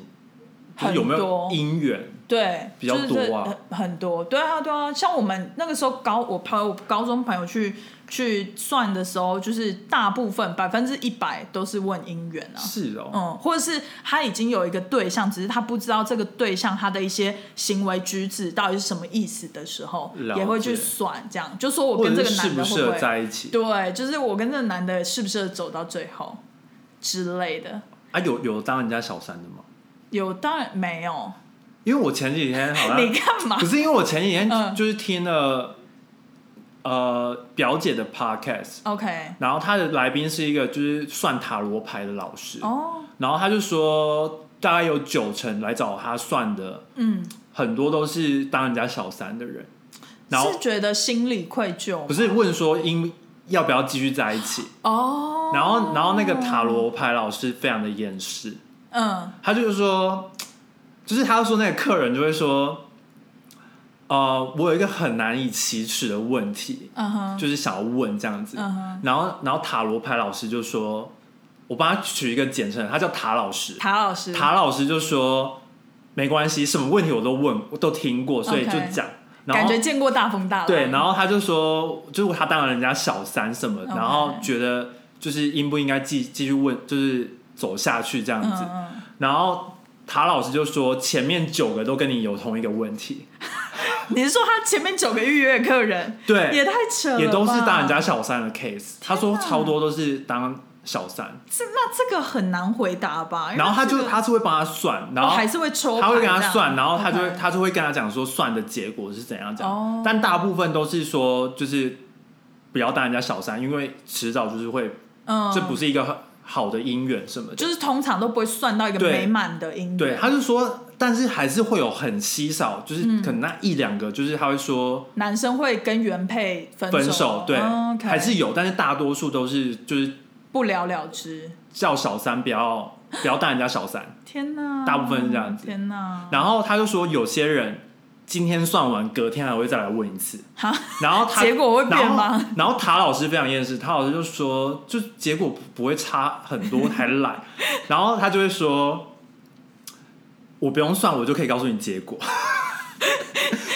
S2: 就是有没
S1: 很
S2: 有
S1: 多
S2: 姻缘？
S1: 对，
S2: 比较
S1: 就是
S2: 多啊
S1: 这很很多，对啊，对啊。像我们那个时候高，我朋友我高中朋友去去算的时候，就是大部分百分之一百都是问姻缘啊。
S2: 是哦，
S1: 嗯，或者是他已经有一个对象，只是他不知道这个对象他的一些行为举止到底是什么意思的时候
S2: 了，解
S1: 也会去算，这样就说我
S2: 或
S1: 跟这个
S2: 者是适
S1: 男
S2: 不
S1: 的
S2: 适
S1: 会不
S2: 合
S1: 会
S2: 在一起
S1: 对，就是我跟这个男的适不适合走到最后之类的。
S2: 啊？有有当人家小三的吗？
S1: 有当然没
S2: 啊
S1: 有，
S2: 因为我前几天好像
S1: 你干嘛
S2: 不？是因为我前几天
S1: 嗯
S2: 就是听了、呃表姐的 podcast，
S1: OK，
S2: 然后她的来宾是一个就是算塔罗牌的老师，
S1: 哦，
S2: 然后他就说大概有九成来找他算的，
S1: 嗯，
S2: 很多都是当人家小三的人，然后
S1: 是觉得心理愧疚吗，
S2: 不是问说因要不要继续在一起，
S1: 哦，
S2: 然后然后那个塔罗牌老师非常的厌世，
S1: 嗯，
S2: 他就是说，就是他说那个客人就会说，呃，我有一个很难以启齿的问题，
S1: 嗯哼，
S2: 就是想要问这样子，
S1: 嗯哼，
S2: 然后然后塔罗牌老师就说，我帮他取一个简称，他叫塔老师，
S1: 塔老师，
S2: 塔老师就说没关系，什么问题我都问，我都听过，所以就
S1: OK
S2: 讲。然
S1: 感
S2: 后
S1: 觉见过大风大浪，
S2: 对，然后他就说，就是他当了人家小三什么，然后觉得就是应不应该继继续问，就是走下去这样
S1: 嗯
S2: 子。
S1: 嗯，
S2: 然后塔老师就说，前面九个都跟你有同一个问题，
S1: 嗯你是说他前面九个预约客人，也
S2: 对，
S1: 太扯了吧，
S2: 也都是当人家小三的 case。他说
S1: 天哪
S2: 超多都是当小三，
S1: 这那这个很难回答吧？因为
S2: 然后他就
S1: 哎这个
S2: 他是会帮他算，然
S1: 哦
S2: 后
S1: 还是会抽牌这
S2: 他
S1: 样，
S2: 会跟他算，然后他就会
S1: OK
S2: 他就会跟他讲说算的结果是怎样讲，
S1: 哦
S2: 但大部分都是说就是不要当人家小三，因为迟早就是会，
S1: 嗯，
S2: 这不是一个好的姻缘什么的。
S1: 就是通常都不会算到一个
S2: 对
S1: 美满的音乐，
S2: 对，他就说，但是还是会有很稀少，就是
S1: 嗯
S2: 可能那一两个，就是他会说
S1: 男生会跟原配分
S2: 分手，对，
S1: 嗯，OK
S2: 还是有，但是大多数都是就是
S1: 不了了之。
S2: 叫小三不要不要当人家小三，
S1: 天哪，
S2: 大部分是这样子
S1: 天哪，
S2: 然后他就说有些人今天算完，隔天还会再来问一次。
S1: 哈，
S2: 然后他
S1: 结果会变吗
S2: 然后？然后塔老师非常厌世，塔老师就说，就结果不会差很多，还 来。然后他就会说，我不用算，我就可以告诉你结果。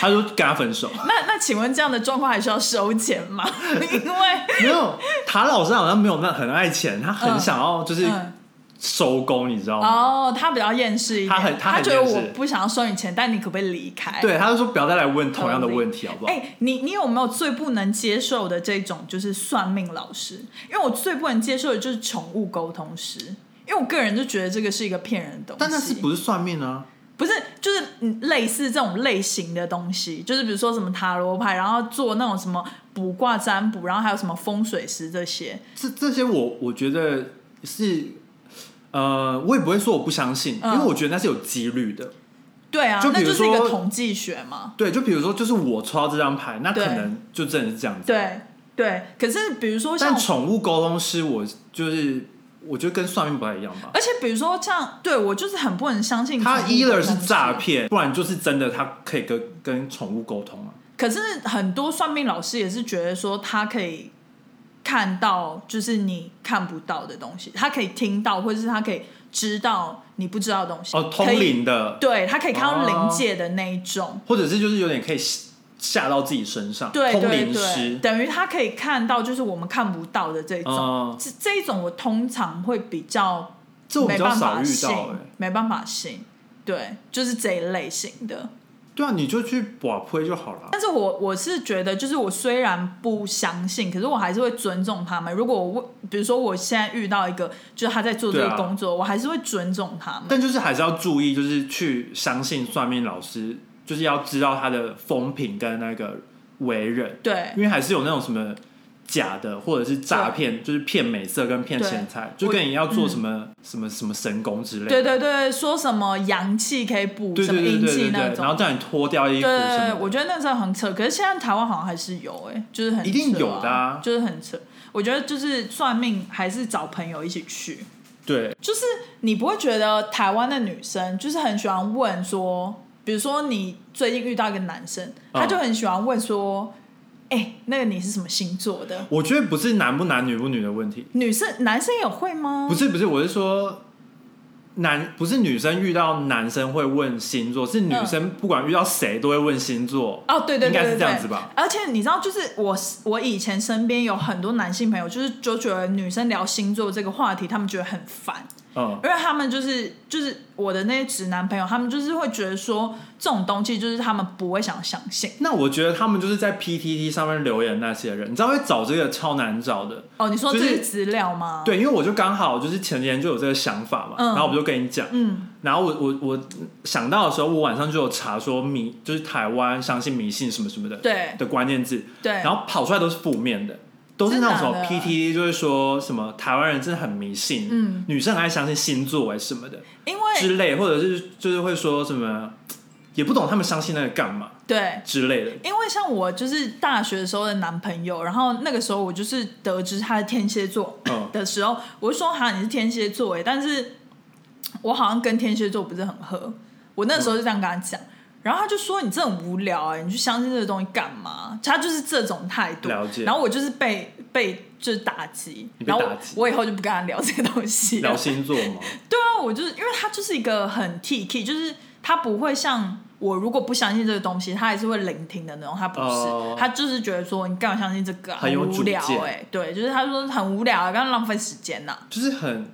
S2: 他就跟他分手，
S1: 那那请问这样的状况还需要收钱 吗？因为
S2: 没有塔老师好像没有那很爱钱，他很
S1: 嗯
S2: 想要就是
S1: 嗯
S2: 收工，你知道吗？
S1: 哦，他比较厌世一点，
S2: 他很他
S1: 他
S2: 很
S1: 觉得
S2: 厌世
S1: 我不想要收你钱，但你可不可以离开？。
S2: 对，啊他就说不要再来问同样的问题，好不好
S1: 哎、？你你有没有最不能接受的这种就是算命老师？因为我最不能接受的就是宠物沟通师，因为我个人就觉得这个是一个骗人的东西。
S2: 但那是不是算命啊？
S1: 不是，就是嗯类似这种类型的东西，就是比如说什么塔罗牌，然后做那种什么卜卦占卜，然后还有什么风水师这些。
S2: 这这些我我觉得是，呃，我也不会说我不相信，
S1: 嗯
S2: 因为我觉得那是有几率的。
S1: 对啊，
S2: 就比
S1: 那
S2: 如
S1: 就是一个
S2: 说
S1: 统计学嘛。
S2: 对，就比如说，就是我抽到这张牌，那可
S1: 对
S2: 能就真的是这样子。，
S1: 对对，可是比如说像
S2: 但，宠物沟通师，我就是我觉得跟算命不太一样吧。
S1: 而且比如说像，对我就是很不能相信
S2: 他
S1: 宠物
S2: 一
S1: 沟通
S2: r 是
S1: 师
S2: 诈，骗，不然就是真的，他可以跟跟宠物沟通啊。
S1: 可是很多算命老师也是觉得说他可以看到，就是你看不到的东西，他可以听到，或者是他可以知道你不知道的东西。
S2: 哦，通
S1: 可以
S2: 灵哦的，
S1: 对他可以看到
S2: 哦
S1: 灵界的那一种，
S2: 或者是就是有点可以吓到自己身上，
S1: 对
S2: 通
S1: 对
S2: 灵师
S1: 对，。等于他可以看到就是我们看不到的这种，
S2: 哦
S1: 这这一种我通常会比较
S2: 这我比
S1: 没
S2: 较
S1: 办
S2: 少
S1: 法
S2: 遇
S1: 信，
S2: 到哎、
S1: 没办法信，对，就是这一类型的。
S2: 对啊，你就去瓦推就好了。啊
S1: 但是我我是觉得，就是我虽然不相信，可是我还是会尊重他们。如果我比如说我现在遇到一个，就是他在做这
S2: 对
S1: 个
S2: 啊
S1: 工作，我还是会尊重他们。
S2: 但就是还是要注意，就是去相信算命老师，就是要知道他的风评跟那个为人，
S1: 对
S2: 因为还是有那种什么假的或者是诈骗，就是骗美色跟骗钱财，就跟你要做什么、什么什么神功之类的，
S1: 对对对，说什么阳气可以补
S2: 对
S1: 什么
S2: 对对
S1: 阴
S2: 对
S1: 气
S2: 对
S1: 那
S2: 对，
S1: 种
S2: 然后，叫你脱掉衣服
S1: 对
S2: 什么的，
S1: 我觉得那时候很扯，可是现在台湾好像还是有哎、就是很、
S2: 一定有的啊
S1: 就是很扯。我觉得就是算命还是找朋友一起去，
S2: 对
S1: 就是你不会觉得台湾的女生就是很喜欢问说，比如说你最近遇到一个男生，他就很喜欢问说，哎、那个你是什么星座的？
S2: 我觉得不是男不男女不女的问题，
S1: 女生男生也会吗？
S2: 不是不是，我是说。男不是女生遇到男生会问星座，是女
S1: 嗯
S2: 生不管遇到谁都会问星座。
S1: 哦，对对
S2: 应
S1: 对
S2: 该
S1: 对
S2: 是
S1: 对，
S2: 这样子吧
S1: 而且你知道，就是我我以前身边有很多男性朋友，就是就觉得女生聊星座这个话题，他们觉得很烦，
S2: 嗯，
S1: 因为他们就是就是我的那些直男朋友，他们就是会觉得说这种东西就是他们不会想相信。
S2: 那我觉得他们就是在 PTT 上面留言那些人，你知道会找这个超难找的。
S1: 哦，你说
S2: 就
S1: 这
S2: 是
S1: 是资料吗？，
S2: 对，因为我就刚好就是前年就有这个想法嘛，
S1: 嗯
S2: 然后我就跟你讲，
S1: 嗯，
S2: 然后我我我想到的时候，我晚上就有查说迷，就是台湾相信迷信什么什么的
S1: 对
S2: 的关键字，
S1: 对，
S2: 然后跑出来都是负面的，都是那种什
S1: 真
S2: 么
S1: 的
S2: PTT 就是说什么台湾人真的很迷信，
S1: 嗯，
S2: 女生还相信星座哎什么的
S1: 因为
S2: 之类，或者是就是会说什么也不懂他们相信那个干嘛
S1: 对，
S2: 之类的，
S1: 因为像我就是大学的时候的男朋友，然后那个时候我就是得知他是天蝎座
S2: 嗯
S1: 的时候，我就说哈你是天蝎座哎，但是我好像跟天蝎座不是很合，我那时候就这样跟他讲，然后他就说你这很无聊哎，你去相信这个东西干嘛？他就是这种态度，
S2: 了解
S1: 然后我就是被被就是打击，
S2: 你被
S1: 然后
S2: 打击
S1: 我我以后就不跟他聊这个东西了，
S2: 聊星座嘛，
S1: 对啊，我就是因为他就是一个很 T K，就是他不会像我如果不相信这个东西，他还是会聆听的那种。他不是，
S2: 哦
S1: 他就是觉得说你干嘛相信这个、啊，
S2: 很有
S1: 无
S2: 主见
S1: 聊哎、对，就是他说很无聊、啊，刚浪费时间呐、
S2: 就是很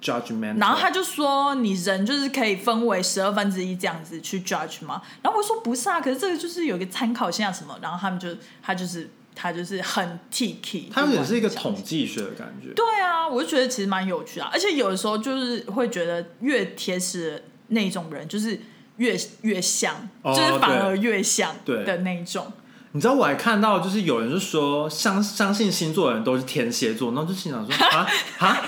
S2: judgmental，
S1: 然后他就说你人就是可以分为十二分之一这样子去 judge 吗？然后我说不是啊，可是这个就是有一个参考性啊什么。然后他们就他就是他就是很 T K，
S2: 他有点是一个统计学的感觉，
S1: 对啊，我就觉得其实蛮有趣啊，而且有的时候就是会觉得越贴实的那种人，就是越越像，
S2: 哦
S1: 就是反而越像
S2: 对
S1: 的那一种。
S2: 你知道我还看到，就是有人就说相相信星座的人都是天蝎座，然后就 心想说啊啊，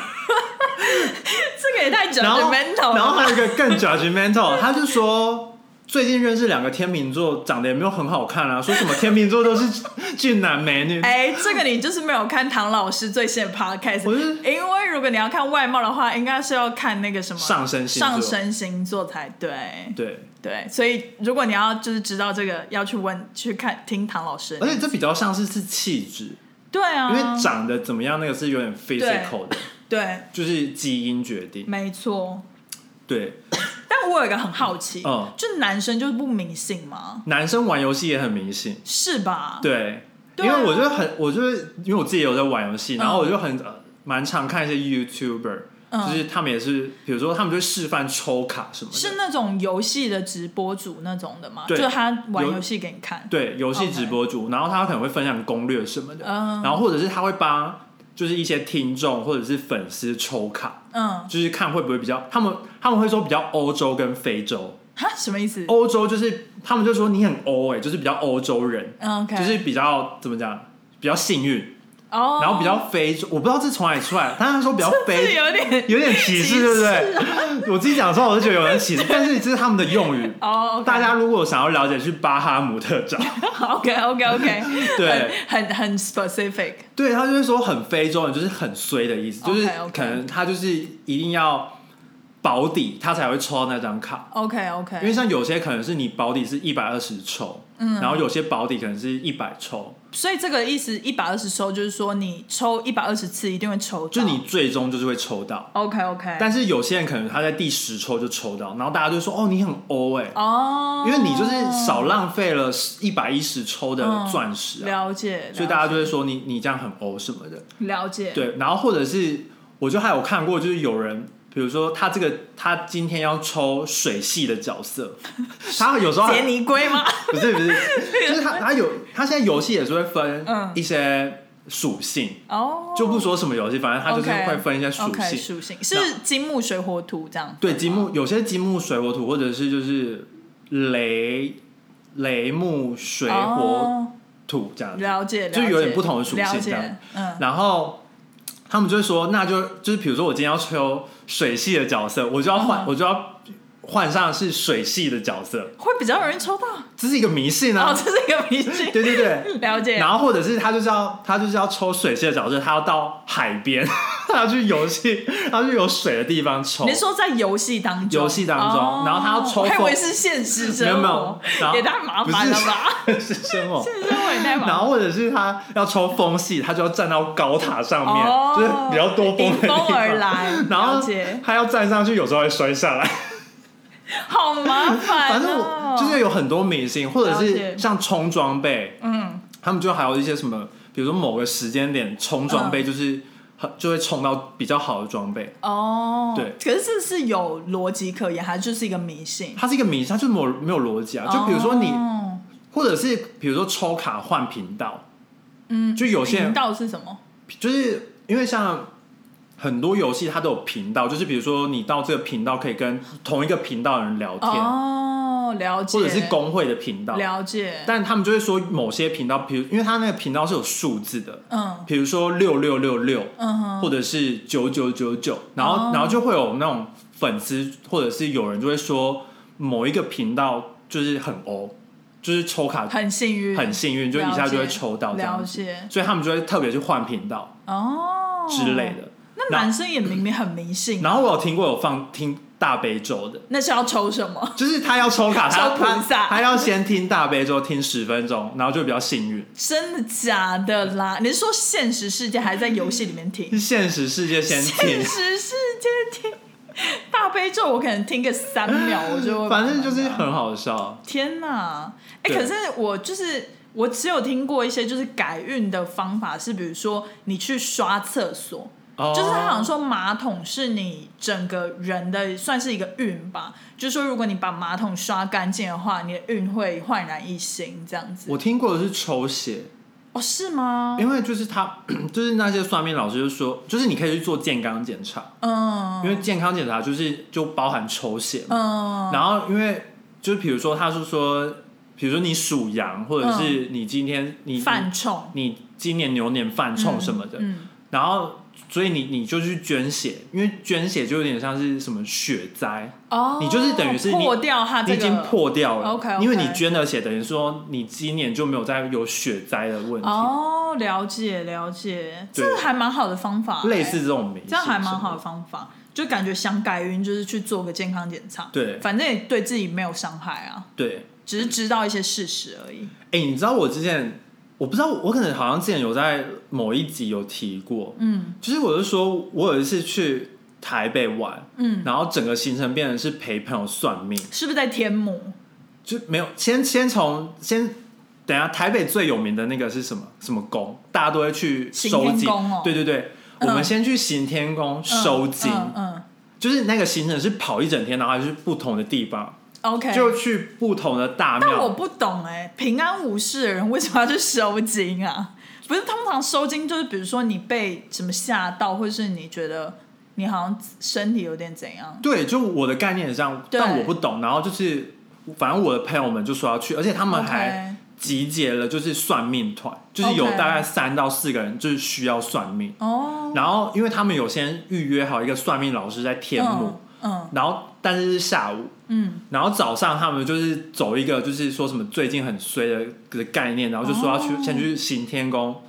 S1: 这个也太
S2: 然后
S1: judgmental
S2: 然
S1: 了
S2: 后
S1: 吧。
S2: 还有一个更 judgmental，他就说最近认识两个天秤座，长得也没有很好看啊，说什么天秤座都是俊男美女，
S1: 哎，这个你就是没有看唐老师最新的 podcast，
S2: 我是
S1: 因为如果你要看外貌的话，应该是要看那个什么
S2: 上升星座
S1: 上升星座才对，
S2: 对，
S1: 对，所以如果你要就是知道这个，要去问去看听唐老师的
S2: 而
S1: 那，
S2: 且这比较像是是气质，
S1: 对啊，
S2: 哎因为长得怎么样那个是有点 physical 的，
S1: 对，
S2: 就是基因决定，
S1: 没错，
S2: 对，
S1: 但我有一个很好奇，
S2: 嗯
S1: 就男生就是不迷信吗？
S2: 男生玩游戏也很迷信，
S1: 是吧？，
S2: 对，
S1: 对
S2: 因
S1: 啊
S2: 为我就很，我就是因为我自己也有在玩游戏，然
S1: 嗯
S2: 后我就很呃蛮、常看一些 YouTuber，、
S1: 嗯
S2: 就是他们也是，比如说他们就示范抽卡什么的，
S1: 是那种游戏的直播主那种的吗？就
S2: 对
S1: 是他玩游戏给你看。
S2: 对游戏直播主然后他可能会分享攻略什么的，
S1: 嗯
S2: 然后或者是他会帮就是一些听众或者是粉丝抽卡，
S1: 嗯，
S2: 就是看会不会比较，他们他们会说比较欧洲跟非洲，
S1: 哈，什么意思
S2: 欧洲就是他们就说你很欧哎、就是比较欧洲人，
S1: 嗯？OK，
S2: 就是比较怎么讲，比较幸运，
S1: 哦，
S2: 然后比较非洲，我不知道这从哪里出来，但他说比较
S1: 是
S2: 非
S1: 有点
S2: 有点
S1: 歧
S2: 歧视，
S1: 视
S2: 对不对？我自己讲的时候，我就觉得有人歧视，但是这是他们的用语。
S1: 哦，
S2: 大家如果想要了解，去巴哈姆特找，
S1: OK OK OK，
S2: 对
S1: 很很很 specific，
S2: 对他就会说很非洲人就是很衰的意思，就是
S1: OK，OK
S2: 可能他就是一定要保底，他才会抽到那张卡。
S1: OK
S2: 因为
S1: OK，
S2: 像有些可能是你保底是一百二十抽，
S1: 嗯
S2: 然后有些保底可能是一百抽，
S1: 所以这个意思一百二十抽就是说你抽一百二十次一定会抽到，
S2: 就你最终就是会抽到。
S1: OK OK，
S2: 但是有些人可能他在第十抽就抽到，然后大家就说哦你很欧哎、
S1: 哦，
S2: 因为你就是少浪费了一百一十抽的钻石啊，
S1: 哦嗯了解，
S2: 所以大家就会说你你这样很欧什么的。
S1: 了解，
S2: 对，然后或者是我就还有看过，就是有人，比如说他这个他今天要抽水系的 角色，他有时候还
S1: 杰尼龟 吗？
S2: 不是 不是，就是他他有他现在游戏也是会分
S1: 嗯
S2: 一些属性，
S1: 哦，
S2: 就不说什么游戏，反正他就是
S1: OK
S2: 会分一些属
S1: OK，
S2: 性。
S1: 属性是金木水火土这样。
S2: 对，金木有些金木水火土，或者是就是雷雷木水火
S1: 哦
S2: 土这样子。
S1: 了解，
S2: 就
S1: 了解
S2: 有点不同的属性
S1: 了解
S2: 这样
S1: 嗯，
S2: 然后他们就会说，那就就是比如说我今天要抽水系的角色，我就要换，
S1: 嗯
S2: 我就要换上是水系的角色，
S1: 会比较容易抽到。
S2: 这是一个迷信
S1: 哦，
S2: 啊。
S1: 这是一个迷信。
S2: 对对对，
S1: 了解。
S2: 然后或者是他就是要他就是要抽水系的角色，他要到海边， 他要去游戏，他要去有水的地方抽
S1: 你。是说在游戏当中，
S2: 游戏当中
S1: 哦
S2: 然后他要抽
S1: 我还以为
S2: 风
S1: 是现实
S2: 没有
S1: 生活
S2: 没有，然后
S1: 也太麻烦了吧？
S2: 是生活。
S1: 现实生活也太麻
S2: 然
S1: 烦。
S2: 后或者是他要抽风系，他就要站到高塔上面，
S1: 哦
S2: 就是比较多风的
S1: 迎
S2: 地
S1: 风
S2: 方
S1: 而来
S2: 然
S1: 了
S2: 后
S1: 解
S2: 他要站上去，有时候会摔下来。
S1: 好麻烦哦。
S2: 反正我就是有很多明星，或者
S1: 了解
S2: 是像冲装备，
S1: 嗯，
S2: 他们就还有一些什么，比如说某个时间点冲装
S1: 嗯
S2: 备，就是很就会冲到比较好的装备。
S1: 哦，
S2: 对
S1: 可是这是有逻辑可言，还是就是一个迷信？
S2: 它是一个迷，它就没有没有逻辑啊。就比如说你，
S1: 哦
S2: 或者是比如说抽卡换频道，
S1: 嗯，
S2: 就有些人
S1: 频道是什么？
S2: 就是因为像很多游戏它都有频道，就是比如说你到这个频道可以跟同一个频道的人聊天，
S1: 哦，了解，
S2: 或者是工会的频道，
S1: 了解，
S2: 但他们就会说某些频道，比如因为它那个频道是有数字的，
S1: 嗯
S2: 比如说六六六六，
S1: 嗯哼，
S2: 或者是九九九九，然后、
S1: 哦
S2: 然后就会有那种粉丝或者是有人就会说某一个频道就是很欧，就是抽卡
S1: 很幸运，
S2: 很幸运，就一下就会
S1: 了解
S2: 抽到这样
S1: 了
S2: 子，
S1: 解，
S2: 所以他们就会特别去换频道
S1: 哦
S2: 之类。的。
S1: 那
S2: 然后
S1: 男生也明明很迷信，
S2: 然后我有听过有放听大悲咒的，
S1: 那是要抽什么？
S2: 就是他要抽卡，他
S1: 抽菩
S2: 他
S1: 萨
S2: 他要先听大悲咒听十分钟，然后就比较幸运。
S1: 真的假的啦？你是说现实世界还是在游戏里面听？
S2: 是现实世界先听
S1: 现，实世界听大悲咒，我可能听个三秒，我就会
S2: 反正就是
S1: 啊
S2: 很好笑。
S1: 天哪！哎、
S2: 对
S1: 可是我就是我只有听过一些就是改运的方法，是比如说你去刷厕所，
S2: 哦
S1: 就是他好像说马桶是你整个人的算是一个运吧，就是说如果你把马桶刷干净的话，你的运会焕然一新这样子
S2: 我。听过的是抽血，
S1: 哦，是吗？
S2: 因为就是他 就是那些算命老师就说，就是你可以去做健康检查，
S1: 嗯
S2: 因为健康检查就是就包含抽血嘛。
S1: 嗯
S2: 然后因为就是比如说他是说，比如说你属羊，或者是你今天你你
S1: 嗯犯冲
S2: 你今年牛年犯冲什么的，
S1: 嗯
S2: 然后所以你你就去捐血，因为捐血就有点像是什么血灾，
S1: 哦，
S2: 你就是等于是你
S1: 破掉它
S2: 你
S1: 啊这
S2: 已
S1: 个哦
S2: 经破掉了
S1: OK，OK
S2: 因为你捐了血，等于说你今年就没有再有血灾的问题，
S1: 哦，了解了解，
S2: 对
S1: 这还蛮好的方法、
S2: 类似这种迷信，
S1: 这样还蛮好的。方法，就感觉想改运就是去做个健康检查，
S2: 对
S1: 反正也对自己没有伤害啊，
S2: 对，
S1: 只是知道一些事实而已。
S2: 哎、你知道我之前我不知道，我可能好像之前有在某一集有提过，
S1: 嗯
S2: 就是我是说我有一次去台北玩，
S1: 嗯，
S2: 然后整个行程变成是陪朋友算命，
S1: 是不是在天母？
S2: 就没有先先从先。等一下，台北最有名的那个是什么？什么宫？大家都会去收
S1: 行
S2: 金。
S1: 天宫哦
S2: 对对对，
S1: 嗯
S2: 我们先去行天宫收金，
S1: 嗯嗯
S2: 就是那个行程是跑一整天，然后还是不同的地方，
S1: 嗯，OK。
S2: 就去不同的大
S1: 但我
S2: 庙。
S1: 不懂哎、平安无事的人为什么要去收金啊？ 不是，通常收金就是比如说你被什么吓到，或是你觉得你好像身体有点怎样，
S2: 对，就我的概念是这样，
S1: 对
S2: 但我不懂。然后就是，反正我的朋友们就说要去，而且他们还
S1: OK
S2: 集结了就是算命团，就是有
S1: OK
S2: 大概三到四个人就是需要算命。
S1: 哦，
S2: 然后因为他们有先预约好一个算命老师在天幕，
S1: 嗯
S2: 然后但是是下午，
S1: 嗯
S2: 然后早上他们就是走一个就是说什么最近很衰的的概念，然后就说要去、
S1: 哦
S2: 先去行天宫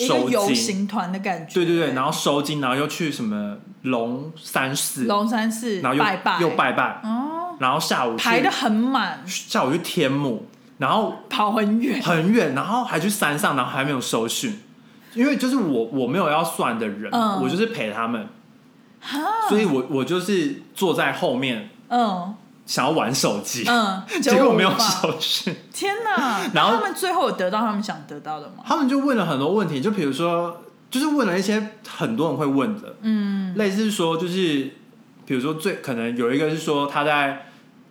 S1: 嗯，一个
S2: 收
S1: 游
S2: 金。
S1: 行团的感觉。
S2: 对对对，然后收金，然后又去什么龙山寺，
S1: 龙山寺
S2: 然后又
S1: 拜拜
S2: 又拜拜，
S1: 哦，
S2: 然后下午去
S1: 排的很满，
S2: 下午去天母，然后
S1: 跑很远。
S2: 很远，然后还去山上，然后还没有收讯，因为就是我我没有要算的人，
S1: 嗯
S2: 我就是陪他们，
S1: 哈，
S2: 所以我我就是坐在后面
S1: 嗯
S2: 想要玩手机，
S1: 嗯，
S2: 结果没有
S1: 无法
S2: 收讯。
S1: 天哪！
S2: 然后
S1: 那他们最后有得到他们想得到的吗？
S2: 他们就问了很多问题，就比如说，就是问了一些很多人会问的，
S1: 嗯
S2: 类似说就是，比如说最可能有一个是说他在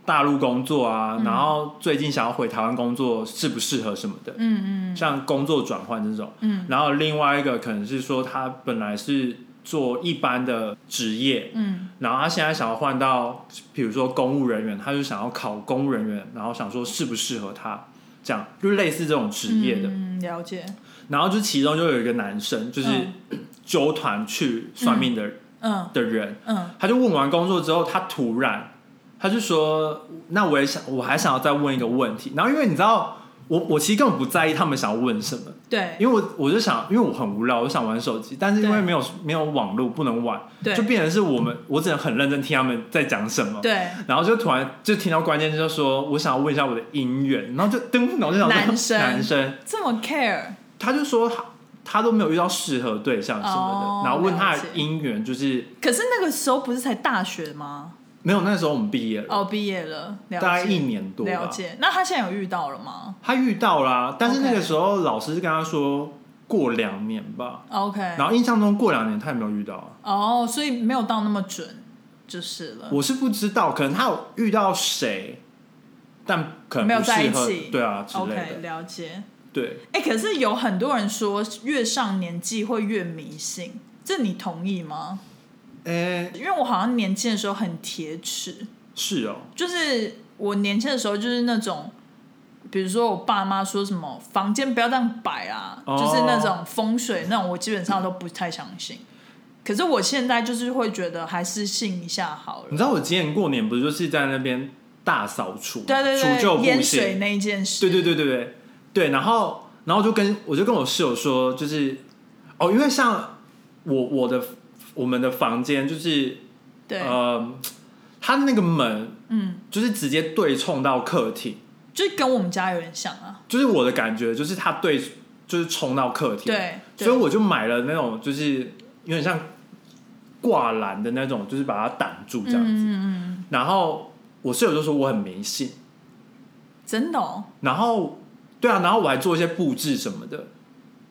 S2: 大陆工作啊，
S1: 嗯
S2: 然后最近想要回台湾工作适不适合什么的，
S1: 嗯嗯
S2: 像工作转换这种。
S1: 嗯
S2: 然后另外一个可能是说他本来是做一般的职业，
S1: 嗯，
S2: 然后他现在想要换到比如说公务人员，他就想要考公务人员，然后想说适不适合他。这样就类似这种职业的，
S1: 嗯了解。
S2: 然后就其中就有一个男生，就是
S1: 嗯
S2: 纠团去算命的、
S1: 嗯
S2: 的人，
S1: 嗯
S2: 他就问完工作之后，他突然他就说：“那我也想，我还想要再问一个问题。”然后因为你知道，我我其实根本不在意他们想要问什么，
S1: 对
S2: 因为我我就想，因为我很无聊，我想玩手机，但是因为
S1: 对
S2: 没有没有网络不能玩，
S1: 对
S2: 就变成是我们我只能很认真听他们在讲什么。
S1: 对，
S2: 然后就突然就听到关键字，就说我想要问一下我的姻缘，然后就噔，然后就想说
S1: 男生
S2: 男生，
S1: 这么 care
S2: 他就说他他都没有遇到适合对象什么的，
S1: 哦
S2: 然后问他的
S1: 了解
S2: 姻缘，就是
S1: 可是那个时候不是才大学吗？
S2: 没有那时候我们毕业了，
S1: 哦，毕业了，了解
S2: 大概一年多
S1: 了
S2: 吧。
S1: 解。那他现在有遇到了吗
S2: 他遇到啦，但是
S1: OK
S2: 那个时候老师是跟他说过两年吧，
S1: ？OK，
S2: 然后印象中过两年他也没有遇到啊，
S1: 哦，所以没有到那么准，就是了。
S2: 我是不知道，可能他有遇到谁，但可能
S1: 没有
S2: 不
S1: 在
S2: 适
S1: 一
S2: 合
S1: 起，
S2: 对啊之类
S1: OK，
S2: 的，
S1: 了解。
S2: 对，
S1: 哎、可是有很多人说越上年纪会越迷信，这你同意吗？
S2: 哎，
S1: 因为我好像年轻的时候很铁齿，
S2: 是哦，
S1: 就是我年轻的时候就是那种，比如说我爸妈说什么房间不要这样摆啊，
S2: 哦
S1: 就是那种风水那种，我基本上都不太相信。可是我现在就是会觉得还是信一下好了。
S2: 你知道我今年过年不是就是在那边大扫除，
S1: 对对
S2: 除旧
S1: 对，
S2: 布
S1: 淹水
S2: 新，
S1: 那一件事，
S2: 对对对对对对，然后然后就跟我就跟我室友说，就是哦，因为像我我的我们的房间就是
S1: 对
S2: 呃，它那个门
S1: 嗯，
S2: 就是直接对冲到客厅，
S1: 就是跟我们家有点像啊。
S2: 就是我的感觉就是它对就是冲到客厅，
S1: 对，对
S2: 所以我就买了那种就是有点像挂篮的那种，就是把它挡住这样子。
S1: 嗯嗯嗯，
S2: 然后我室友就说我很迷信，
S1: 真的、哦，
S2: 然后对啊，然后我还做一些布置什么的。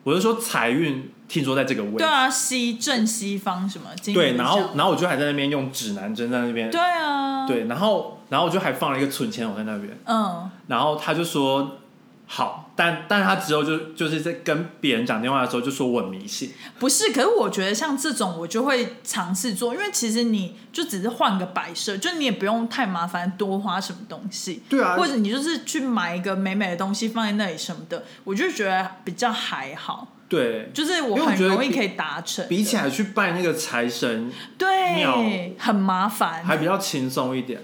S2: 我就说财运听说在这个位
S1: 对
S2: 置，
S1: 啊，西正西方什么，金
S2: 对，
S1: 牛
S2: 然
S1: 座
S2: 后然后我就还在那边用指南针在那边
S1: 对啊，，
S2: 对，然后然后我就还放了一个存钱筒在那边，
S1: 嗯，
S2: 然后他就说好，但但是他之后就就是在跟别人讲电话的时候就说我很迷信，
S1: 不是，可是我觉得像这种我就会尝试做，因为其实你就只是换个摆设，就你也不用太麻烦，多花什么东西，
S2: 对啊
S1: 或者你就是去买一个美美的东西放在那里什么的，我就觉得比较还好，
S2: 对，
S1: 就是我
S2: 因为我
S1: 很
S2: 觉得
S1: 容易
S2: 比
S1: 可以达成的，
S2: 比起来去拜那个财神
S1: 嗯对
S2: 庙
S1: 很麻烦
S2: 还比较轻松一点，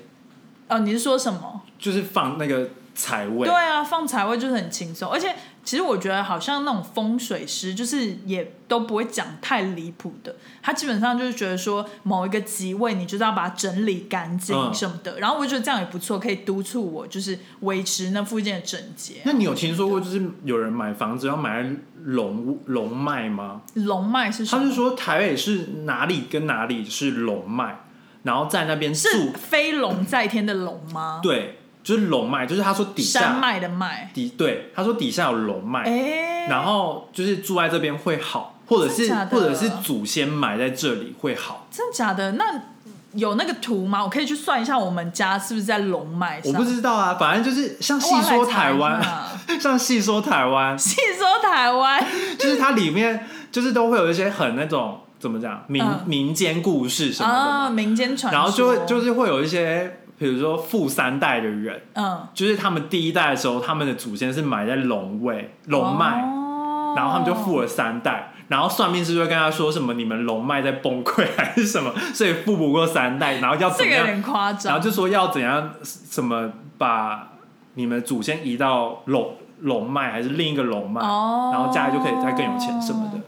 S1: 哦，你是说什么？
S2: 就是放那个财位，
S1: 对啊，放财位就是很轻松，而且其实我觉得好像那种风水师，就是也都不会讲太离谱的，他基本上就是觉得说某一个吉位，你就是要把它整理干净
S2: 嗯
S1: 什么的。然后我就觉得这样也不错，可以督促我就是维持那附近的整洁。
S2: 那你有听说过就是有人买房子要买在龙龙脉吗？
S1: 龙脉是什
S2: 他
S1: 么？
S2: 是说台北是哪里跟哪里是龙脉，然后在那边
S1: 是
S2: 住，
S1: 飞龙在天的龙吗？
S2: 对，就是龙脉，就是他说底
S1: 山
S2: 下
S1: 脉的脉。
S2: 底对，他说底下有龙脉，
S1: 哎、
S2: 然后就是住在这边会好，或者
S1: 真
S2: 是
S1: 假的
S2: 或者是祖先埋在这里会好。
S1: 真假的？那有那个图吗？我可以去算一下我们家是不是在龙脉
S2: 我
S1: 上。
S2: 不知道啊，反正就是像细
S1: 哇来
S2: 说
S1: 查
S2: 台
S1: 一
S2: 湾，
S1: 下
S2: 像细说台湾，
S1: 细说台湾。
S2: 就是它里面就是都会有一些很那种怎么讲民、
S1: 嗯
S2: 民间故事什么的嘛
S1: 啊，民间传说，
S2: 然后就会就是是会有一些，比如说富三代的人，
S1: 嗯，
S2: 就是他们第一代的时候，他们的祖先是埋在龙位龙脉，
S1: 哦
S2: 然后他们就富了三代。然后算命师就会跟他说什么你们龙脉在崩溃还是什么，所以富不过三代，然后要
S1: 这
S2: 怎
S1: 个
S2: 么
S1: 有
S2: 样？
S1: 点夸
S2: 然后
S1: 张，
S2: 就说要怎样什么把你们祖先移到龙龙脉还是另一个龙脉，
S1: 哦
S2: 啊然后家里就可以再更有钱什么的，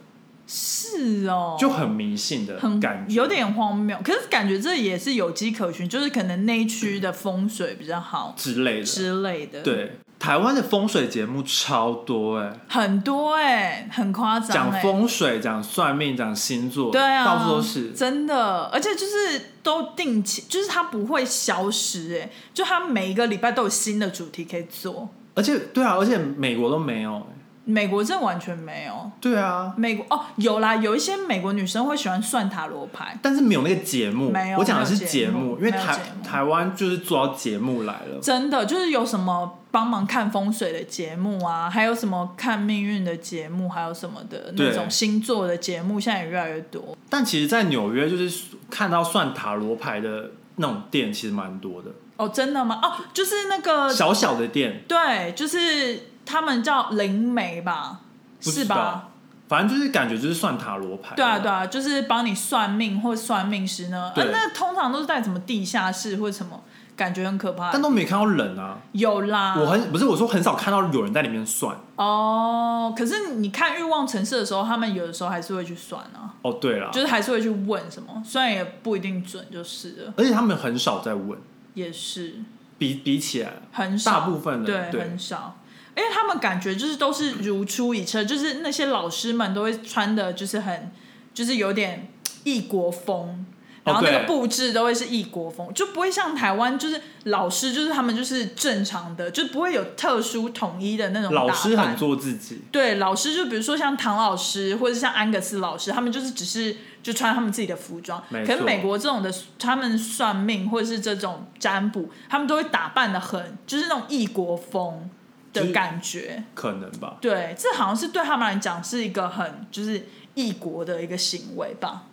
S1: 是哦，
S2: 就很迷信的
S1: 很
S2: 感觉，
S1: 有点荒谬，可是感觉这也是有迹可循，就是可能那一区的风水比较好
S2: 之类的。
S1: 之类的，，
S2: 对，台湾的风水节目超多哎、
S1: 很多哎、很夸张、
S2: 讲
S1: 欸，
S2: 风水、讲算命、讲星座，
S1: 对啊，
S2: 到处都是。
S1: 真的，而且就是都定期，就是它不会消失哎、就它每一个礼拜都有新的主题可以做，
S2: 而且对啊，而且美国都没有、哎
S1: 美国这完全没有，
S2: 对啊，
S1: 美国哦，有啦，有一些美国女生会喜欢算塔罗牌，
S2: 但是没有那个节目。
S1: 没有
S2: 我讲的是节
S1: 没有
S2: 目，因为
S1: 没有
S2: 台
S1: 节目
S2: 台湾就是做到节目来了。
S1: 真的就是有什么帮忙看风水的节目啊，还有什么看命运的节目，还有什么的
S2: 对
S1: 那种星座的节目，现在也越来越多。
S2: 但其实，在纽约就是看到算塔罗牌的那种店，其实蛮多的，
S1: 哦，真的吗？哦，就是那个
S2: 小小的店，
S1: 对，就是他们叫灵媒吧，
S2: 不
S1: 是
S2: 知
S1: 吧？
S2: 道。反正就是感觉就是算塔罗牌。
S1: 对啊，对。啊，就是帮你算命或算命师呢，呃
S2: 对
S1: 那通常都是在什么地下室或什么，感觉很可怕
S2: 但。都没看到人啊！
S1: 有啦，
S2: 我很不是我说很少看到有人在里面算。
S1: 哦，可是你看欲望城市的时候，他们有的时候还是会去算啊，
S2: 哦，对了，
S1: 就是还是会去问什么，虽然也不一定准，就是了，
S2: 而且他们很少在问，
S1: 也是
S2: 比比起来，
S1: 很少，
S2: 大部分的
S1: 对
S2: 人对
S1: 很少，因为他们感觉就是都是如出一辙，就是那些老师们都会穿的，就是很就是有点异国风。
S2: 哦
S1: 然后那个
S2: 对
S1: 布置都会是异国风，就不会像台湾，就是老师就是他们就是正常的，就不会有特殊统一的那种
S2: 老
S1: 打
S2: 师
S1: 扮
S2: 很做自己，
S1: 对，老师就比如说像唐老师或者像安格斯老师，他们就是只是就穿他们自己的服装。
S2: 没
S1: 可是
S2: 错
S1: 美国这种的，他们算命或者是这种占卜，他们都会打扮的很，就是那种异国风
S2: 就
S1: 的
S2: 是
S1: 感觉。
S2: 可能吧。
S1: 对，这好像是对他们来讲是一个很就是异国的一个行为吧。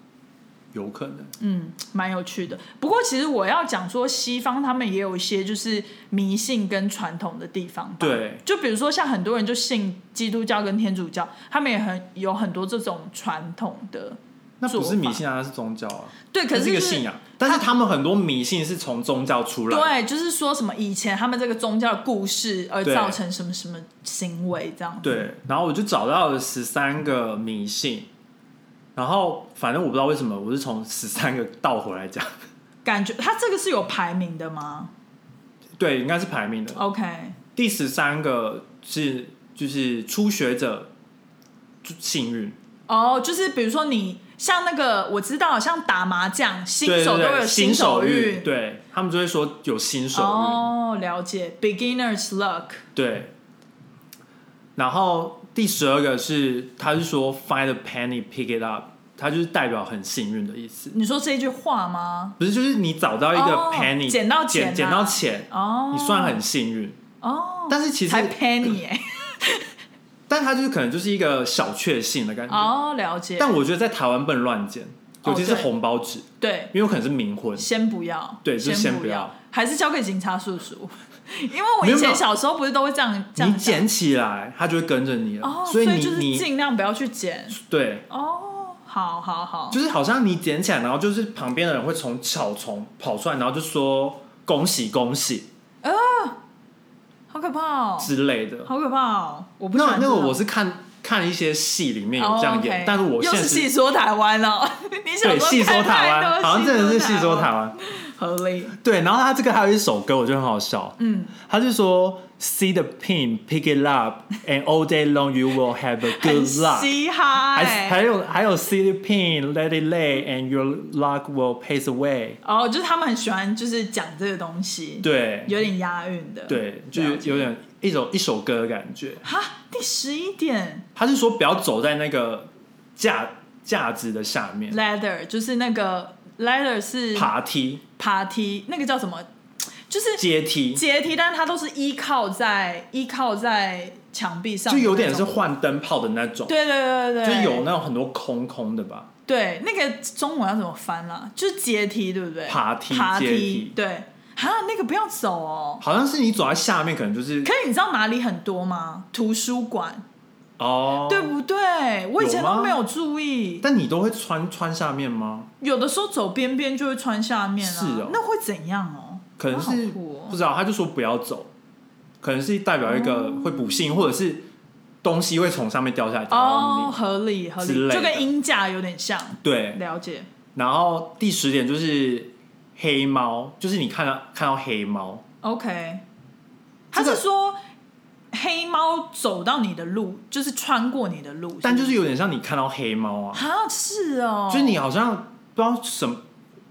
S2: 有可能。
S1: 嗯，蛮有趣的。不过其实我要讲说，西方他们也有一些就是迷信跟传统的地方吧。
S2: 对，
S1: 就比如说像很多人就信基督教跟天主教，他们也很有很多这种传统的。
S2: 那不
S1: 做
S2: 是迷
S1: 法
S2: 信啊，那是宗教啊，
S1: 对，可
S2: 那是
S1: 是
S2: 一个信仰。但是他们很多迷信是从宗教出来的，
S1: 对，就是说什么以前他们这个宗教的故事而
S2: 对
S1: 造成什么什么行为这样子。
S2: 对，然后我就找到了十三个迷信，然后反正我不知道为什么，我是从十三个倒回来讲，
S1: 感觉它这个是有排名的吗
S2: 对，应该是排名的。
S1: ？OK，
S2: 第十三个是就是初学者幸运，
S1: 哦、就是比如说你像那个我知道，像打麻将，新
S2: 对
S1: 手
S2: 对
S1: 都
S2: 对
S1: 有
S2: 新
S1: 手
S2: 运，对他们就会说有新手运，
S1: 哦，了解，beginner's luck，
S2: 对。然后第十二个是，他是说 find a penny, pick it up，它就是代表很幸运的意思，
S1: 你说这句话吗？
S2: 不是就是你找到一个
S1: 哦
S2: penny，、
S1: 捡到钱
S2: 捡
S1: 啊
S2: 捡到钱，
S1: 哦，
S2: 你算很幸运。
S1: 哦，
S2: 但是其实，
S1: 才 penny 哎、
S2: 但它就是可能就是一个小确幸的感觉。
S1: 哦，了解，
S2: 但我觉得在台湾不能乱捡，
S1: 哦
S2: 尤其是
S1: 对
S2: 红包纸，
S1: 哦对，
S2: 因为我可能是冥婚。
S1: 先不要，
S2: 对就先
S1: 不
S2: 不要，
S1: 还是交给警察叔叔， 因为我
S2: 没有
S1: 以
S2: 没
S1: 前
S2: 有
S1: 小时候不是都会这样这
S2: 你
S1: 样
S2: 捡起来，它就会跟着你了。
S1: 哦，
S2: 所
S1: 所
S2: 你
S1: 就是
S2: 你
S1: 尽量不要去捡
S2: 对，
S1: 哦，好好好，
S2: 就是好像你捡起来，然后就是旁边的人会从草丛跑出来，然后就说恭喜恭喜
S1: 好可怕哦，
S2: 之类的。
S1: 好可怕哦，我不喜
S2: 那
S1: 欢
S2: 那个
S1: 这种
S2: 我是看看一些戏里面有这样演，
S1: 哦，OK
S2: 但是我
S1: 又
S2: 现
S1: 是
S2: 实
S1: 戏说台湾哦， 你想
S2: 对
S1: 说
S2: 戏说
S1: 看
S2: 台
S1: 太
S2: 湾，
S1: 多
S2: 好像真的是戏说台
S1: 湾，
S2: 湾。
S1: 合理，
S2: 对，然后他这个还有一首歌，我觉得很好笑。
S1: 嗯，
S2: 他就说 “See the pin, pick it up, and all day long you will have a
S1: 很
S2: good luck。
S1: 嘻哈”
S2: 还
S1: 欸
S2: 还有还有 “See the pin, let it lay, and your luck will pass away。
S1: 哦，就是他们很喜欢就是讲这个东西，，”
S2: 对
S1: 有点押韵的，
S2: 对，就有
S1: 了解
S2: 有点一种一首歌的感觉。
S1: 哈，第十一点
S2: 他是说不要走在那个架架子的下面，
S1: ladder 就是那个 ladder 是
S2: 爬梯、
S1: 爬梯，那个叫什么？就是
S2: 阶梯，
S1: 阶梯，但是它都是依靠在依靠在墙壁上
S2: 就
S1: 的那
S2: 有
S1: 种，
S2: 点是换灯泡的那种，
S1: 对对对对
S2: 就
S1: 对，
S2: 有那种很多空空的吧。
S1: 对，那个中文要怎么翻啦、就是阶梯，对不对？
S2: 爬梯
S1: 爬
S2: 阶梯
S1: 梯，对。哈，那个不要走哦。
S2: 好像是你走在下面，可能就是
S1: 可是你知道哪里很多吗？图书馆，
S2: 哦，
S1: 对不对？我以前
S2: 有吗
S1: 都没有注意，
S2: 但你都会穿穿下面吗？
S1: 有的时候走边边就会穿下面啊，
S2: 是哦
S1: 那会怎样哦？
S2: 可能
S1: 好
S2: 是、
S1: 酷哦
S2: 不知道，他就说不要走，可能是代表一个会不幸，或者是东西会从上面掉下来掉到你。
S1: 哦哦，合理合
S2: 之类
S1: 理，
S2: 的
S1: 就跟鹰架有点像，
S2: 对，
S1: 了解。
S2: 然后第十点就是黑猫，就是你看到看到黑猫，
S1: OK，他
S2: 这个
S1: 是说黑猫走到你的路，就是穿过你的路，
S2: 但就是
S1: 是
S2: 有点像你看到黑猫啊，
S1: 啊，是哦，
S2: 就是你好像不知道什么，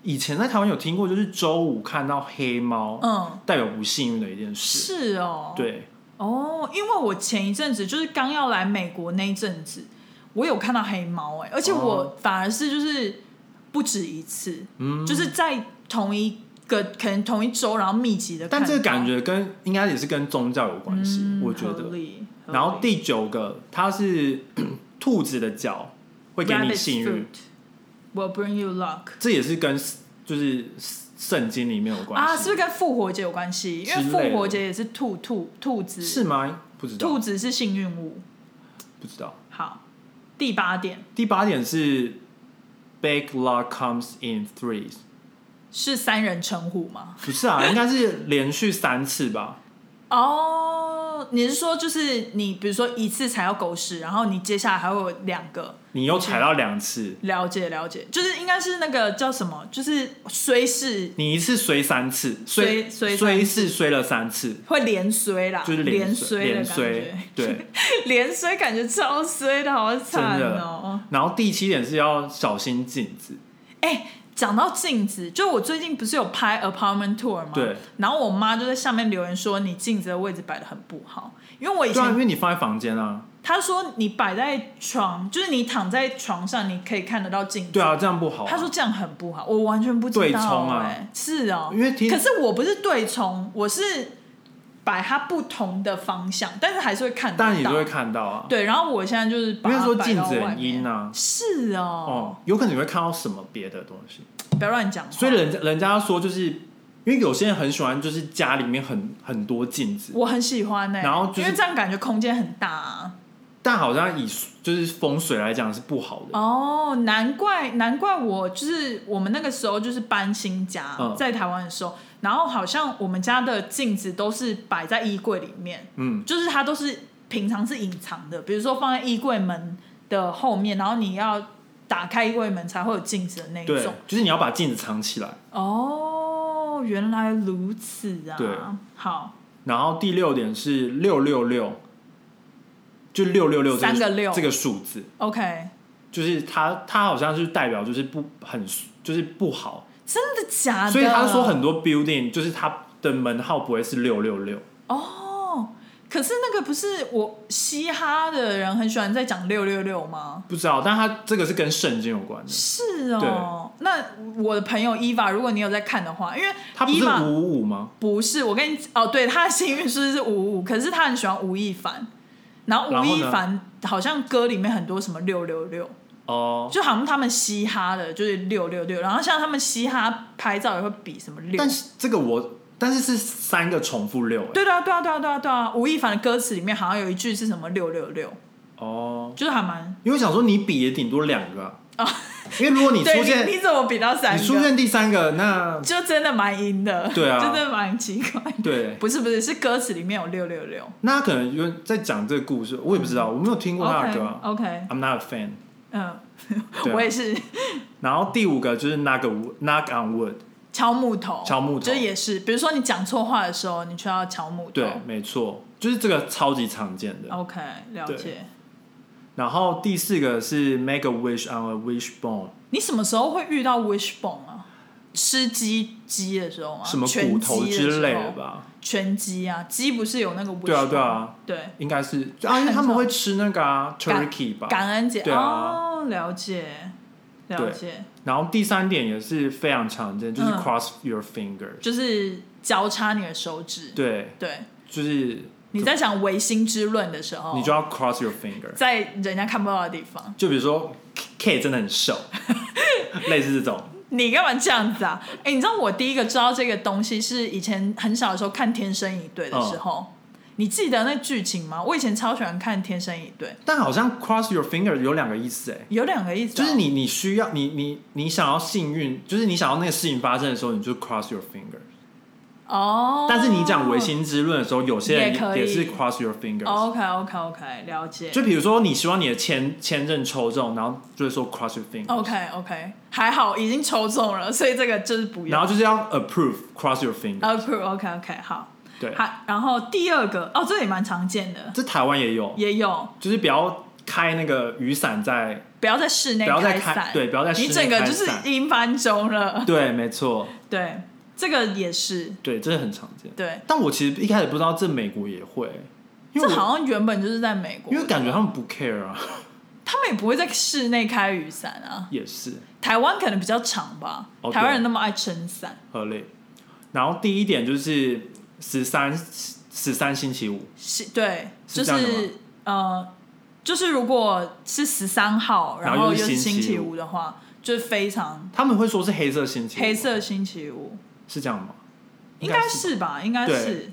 S2: 以前在台湾有听过，就是周五看到黑猫，
S1: 嗯，
S2: 代表不幸运的一件事。
S1: 是哦，，
S2: 对，
S1: 哦，因为我前一阵子就是刚要来美国那一阵子，我有看到黑猫哎、而且
S2: 哦
S1: 我反而是就是不止一次，
S2: 嗯，
S1: 就是在同一个可能同一周，然后密集的，
S2: 但这个感觉跟应该也是跟宗教有关系，
S1: 嗯
S2: 我觉得
S1: 合。理合
S2: 然后
S1: 理
S2: 第九个，它是 兔子的脚会给你
S1: Rabbit's
S2: 幸运，
S1: fruit，Will bring you luck。
S2: 这也是跟就是圣经里面有关系
S1: 啊，是不是跟复活节有关系？因为
S2: 之
S1: 复
S2: 类的
S1: 活节也是兔兔兔子，
S2: 是吗？不知道
S1: 兔，子是幸运物。
S2: 不知道。
S1: 好，第八点
S2: 第八点是 big luck comes in threes，
S1: 是三人称呼吗？
S2: 不是啊，应 该是连续三次吧？
S1: 哦、你是说就是你比如说一次踩到狗屎，然后你接下来还会有两个？
S2: 你又踩到两次，
S1: 了解了解，就是应该是那个叫什么，就是虽是
S2: 你一次衰三次，
S1: 衰衰
S2: 衰
S1: 三次
S2: 是衰了三次，
S1: 会连衰啦，
S2: 就是
S1: 连
S2: 衰
S1: 衰的
S2: 连
S1: 感觉，
S2: 对。
S1: 连衰感觉超衰的，好惨
S2: 真的
S1: 哦、
S2: 然后第七点是要小心镜子，
S1: 哎、讲到镜子，就我最近不是有拍 apartment tour 吗？
S2: 对。
S1: 然后我妈就在下面留言说，你镜子的位置摆的很不好，因为我以
S2: 对啊，因
S1: 前
S2: 为你放在房间啊，
S1: 她说你摆在床，就是你躺在床上，你可以看得到镜子。
S2: 对啊，这样不好、啊。
S1: 她说这样很不好，我完全不知道、欸。
S2: 对冲啊
S1: 是哦、
S2: 因为听
S1: 可是我不是对冲，我是摆它不同的方向，但是还是会看得到。
S2: 但你就会看到啊。
S1: 对，然后我现在就是把
S2: 应该
S1: 它
S2: 说
S1: 摆
S2: 禁
S1: 到
S2: 止
S1: 外
S2: 很阴
S1: 面。
S2: 啊，
S1: 是哦，
S2: 哦，有可能你会看到什么别的东西。
S1: 不要乱讲话。
S2: 所以人家人家说，就是因为有些人很喜欢，就是家里面很很多镜子，
S1: 我很喜欢呢、
S2: 然后就是
S1: 因为这样感觉空间很大、啊。
S2: 但好像以就是风水来讲是不好的。
S1: 哦，难怪难怪我就是我们那个时候就是搬新家，
S2: 嗯
S1: 在台湾的时候，然后好像我们家的镜子都是摆在衣柜里面，
S2: 嗯，
S1: 就是它都是平常是隐藏的，比如说放在衣柜门的后面，然后你要打开衣柜门才会有镜子的那一
S2: 对
S1: 种。，
S2: 就是你要把镜子藏起来。
S1: 哦，原来如此啊。
S2: 对
S1: 好，
S2: 然后第六点是六六六，就六六六
S1: 三个六
S2: 这个数字，
S1: OK，
S2: 就是它它好像是代表就是不很就是不好，
S1: 真的假的？
S2: 所以他说很多 building 就是它的门号不会是六六六。
S1: 哦。可是那个不是我嘻哈的人很喜欢在讲六六六吗？
S2: 不知道，但它这个是跟圣经有关的，
S1: 是哦，那我的朋友伊娃，如果你有在看的话，因为
S2: 它不
S1: 伊
S2: 是
S1: 娃
S2: 五五吗？
S1: 不是我跟你哦，对，他的幸运数是五五，可是他很喜欢吴亦凡，然后
S2: 然
S1: 吴
S2: 后
S1: 亦
S2: 呢
S1: 凡好像歌里面很多什么六六六，
S2: 哦，
S1: 就好像他们嘻哈的就是六六六，然后像他们嘻哈拍照也会比什么六
S2: 但，是这个我，但是是三个重复六、欸，
S1: 对对啊对啊对啊对啊对啊，吴亦凡的歌词里面好像有一句是什么六六六，
S2: 哦，
S1: 就是还蛮
S2: 因为我想说你比也顶多两个啊，因为如果你出
S1: 哦对，
S2: 现
S1: 你你怎么比到三
S2: 你出
S1: 个？
S2: 现第三个，那
S1: 就真的蛮阴的，
S2: 对啊
S1: 就真的蛮奇怪的。
S2: 对，
S1: 不是不是，是歌词里面有六六六。
S2: 那他可能就在讲这个故事，我也不知道，我没有听过他的歌啊
S1: 嗯 OK OK，
S2: I'm not a fan。
S1: 嗯，
S2: 对啊
S1: 我也是
S2: 然后第五个就是 knock a wood- knock on wood，
S1: 敲木头，
S2: 敲木头
S1: 这也是，比如说你讲错话的时候，你需要敲木头。
S2: 对，没错，就是这个超级常见的。
S1: ，OK，了解
S2: 对。然后第四个是 make a wish on a wishbone，
S1: 你什么时候会遇到 wishbone 啊？吃鸡鸡的时候吗？
S2: 什么骨
S1: 拳
S2: 头
S1: 击
S2: 之类的
S1: 啊的时候？
S2: 吧？
S1: 拳击啊，鸡不是有那个 wishbone？
S2: 对啊对啊
S1: 对
S2: 应该是啊，因为他们会吃那个啊 turkey 吧。
S1: 感恩节
S2: 对啊
S1: 哦，了解了
S2: 对
S1: 解，
S2: 然后第三点也是非常常见，就是
S1: 嗯
S2: cross your fingers，、
S1: 就是交叉你的手指。
S2: 对，
S1: 对，
S2: 就是
S1: 你在讲唯心之论的时候，
S2: 你就要 cross your finger，
S1: 在人家看不到的地方。
S2: 就比如说 K 真的 很瘦，类似这种，
S1: 你干嘛这样子啊？哎、你知道我第一个知道这个东西是以前很小的时候看《天生一对》的时
S2: 嗯
S1: 候，你记得那剧情吗？我以前超喜欢看《天生一对》，
S2: 但好像 cross your finger 有两个意思哎、
S1: 有两个意思、
S2: 就是，你，你需要你你你想要幸运，就是你想要那个事情发生的时候，你就 cross your finger。
S1: 哦，
S2: 但是你讲唯。心之论的时候，有些人
S1: 也可以哦
S2: 也是 cross your fingers。
S1: OK OK OK，了解。
S2: 就比如说，你希望你的签签证抽中，然后就会说 cross your fingers。
S1: OK OK，还好已经抽中了，所以这个就是不
S2: 然
S1: 要。
S2: 后就是要 approve cross your finger，、
S1: Approve OK OK 哦好，
S2: 对，
S1: 还然后第二个哦，这也蛮常见的，
S2: 这台湾也有，
S1: 也有
S2: 就是不要开那个雨伞 在，
S1: 不要在室内
S2: 不要在开
S1: 伞，
S2: 对不要在室内
S1: 你整个就
S2: 开
S1: 是
S2: 伞
S1: 阴翻中了。
S2: 对，没错，
S1: 对，这个也是
S2: 对，这是很常见。
S1: 对。
S2: 但我其实一开始不知道这美国也会，因为
S1: 这
S2: 我
S1: 好像原本就是在美国，
S2: 因为感觉他们不 care 啊，
S1: 他们也不会在室内开雨伞啊。
S2: 也是
S1: 台湾可能比较长吧，
S2: 哦对
S1: 台湾人那么爱撑伞。
S2: 合理。然后第一点就是十三十三星期五，
S1: 是，对，就
S2: 是这样的吗
S1: 是呃，就是如果是十三号，
S2: 然后
S1: 然后
S2: 又
S1: 又
S2: 是
S1: 是
S2: 星
S1: 星
S2: 期
S1: 期
S2: 五
S1: 五的话，就是非常
S2: 他们会说是黑色星期五，
S1: 黑色星期五，
S2: 是这样吗？
S1: 应
S2: 该
S1: 该是吧？应该
S2: 对
S1: 是。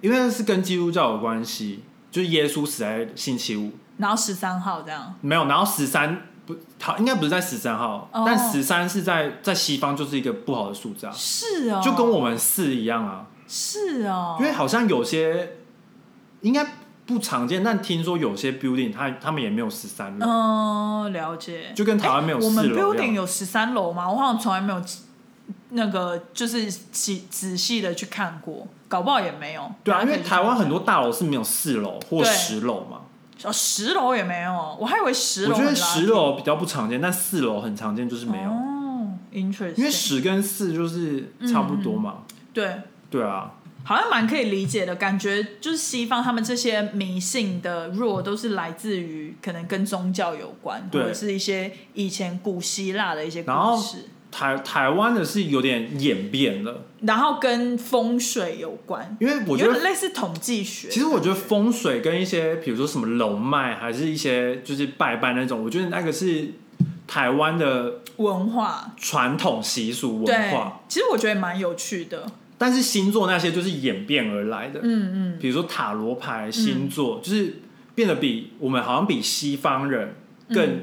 S2: 因为是跟基督教有关系，就是耶稣死在星期五，
S1: 然后十三号这样，
S2: 没有，然后十三不，好，应该不是在十三号，
S1: 哦
S2: 但十三是在在西方就是一个不好的数字啊，
S1: 是哦，
S2: 就跟我们四一样啊，
S1: 是哦，
S2: 因为好像有些应该不常见，但听说有些 building 它他们也没有十三楼，
S1: 嗯，了解。
S2: 就跟台湾没有
S1: 我们
S2: 四楼
S1: building
S2: 一样。
S1: 有十三楼吗？我好像从来没有那个就是仔仔细的去看过，搞不好也没有。
S2: 对啊，因
S1: 大家
S2: 为
S1: 可以去
S2: 台湾很多大楼是没有四楼或
S1: 对
S2: 十楼嘛，
S1: 哦十楼也没有，我还以为十
S2: 我
S1: 楼
S2: 觉
S1: 很
S2: 得
S1: 垃圾。
S2: 十楼比较不常见，但四楼很常见，就是没有，
S1: 哦，interesting，
S2: 因为十跟四就是差不多嘛。
S1: 对。
S2: 对啊，
S1: 好像蛮可以理解的感觉，就是西方他们这些迷信的弱都是来自于可能跟宗教有关，或
S2: 对
S1: 者是一些以前古希腊的一些故
S2: 然后
S1: 事。
S2: 台台湾的是有点演变了，
S1: 然后跟风水有关，
S2: 因为我觉
S1: 有
S2: 得
S1: 点类似统计学。
S2: 其实我觉得风水跟一些比如说什么龙脉，还是一些就是拜拜那种，我觉得那个是台湾的
S1: 文化
S2: 传统习俗文
S1: 对
S2: 化，，
S1: 其实我觉得蛮有趣的。
S2: 但是星座那些就是演变而来的。
S1: 嗯嗯，
S2: 比如说塔罗牌、星座，就是变得比我们好像比西方人更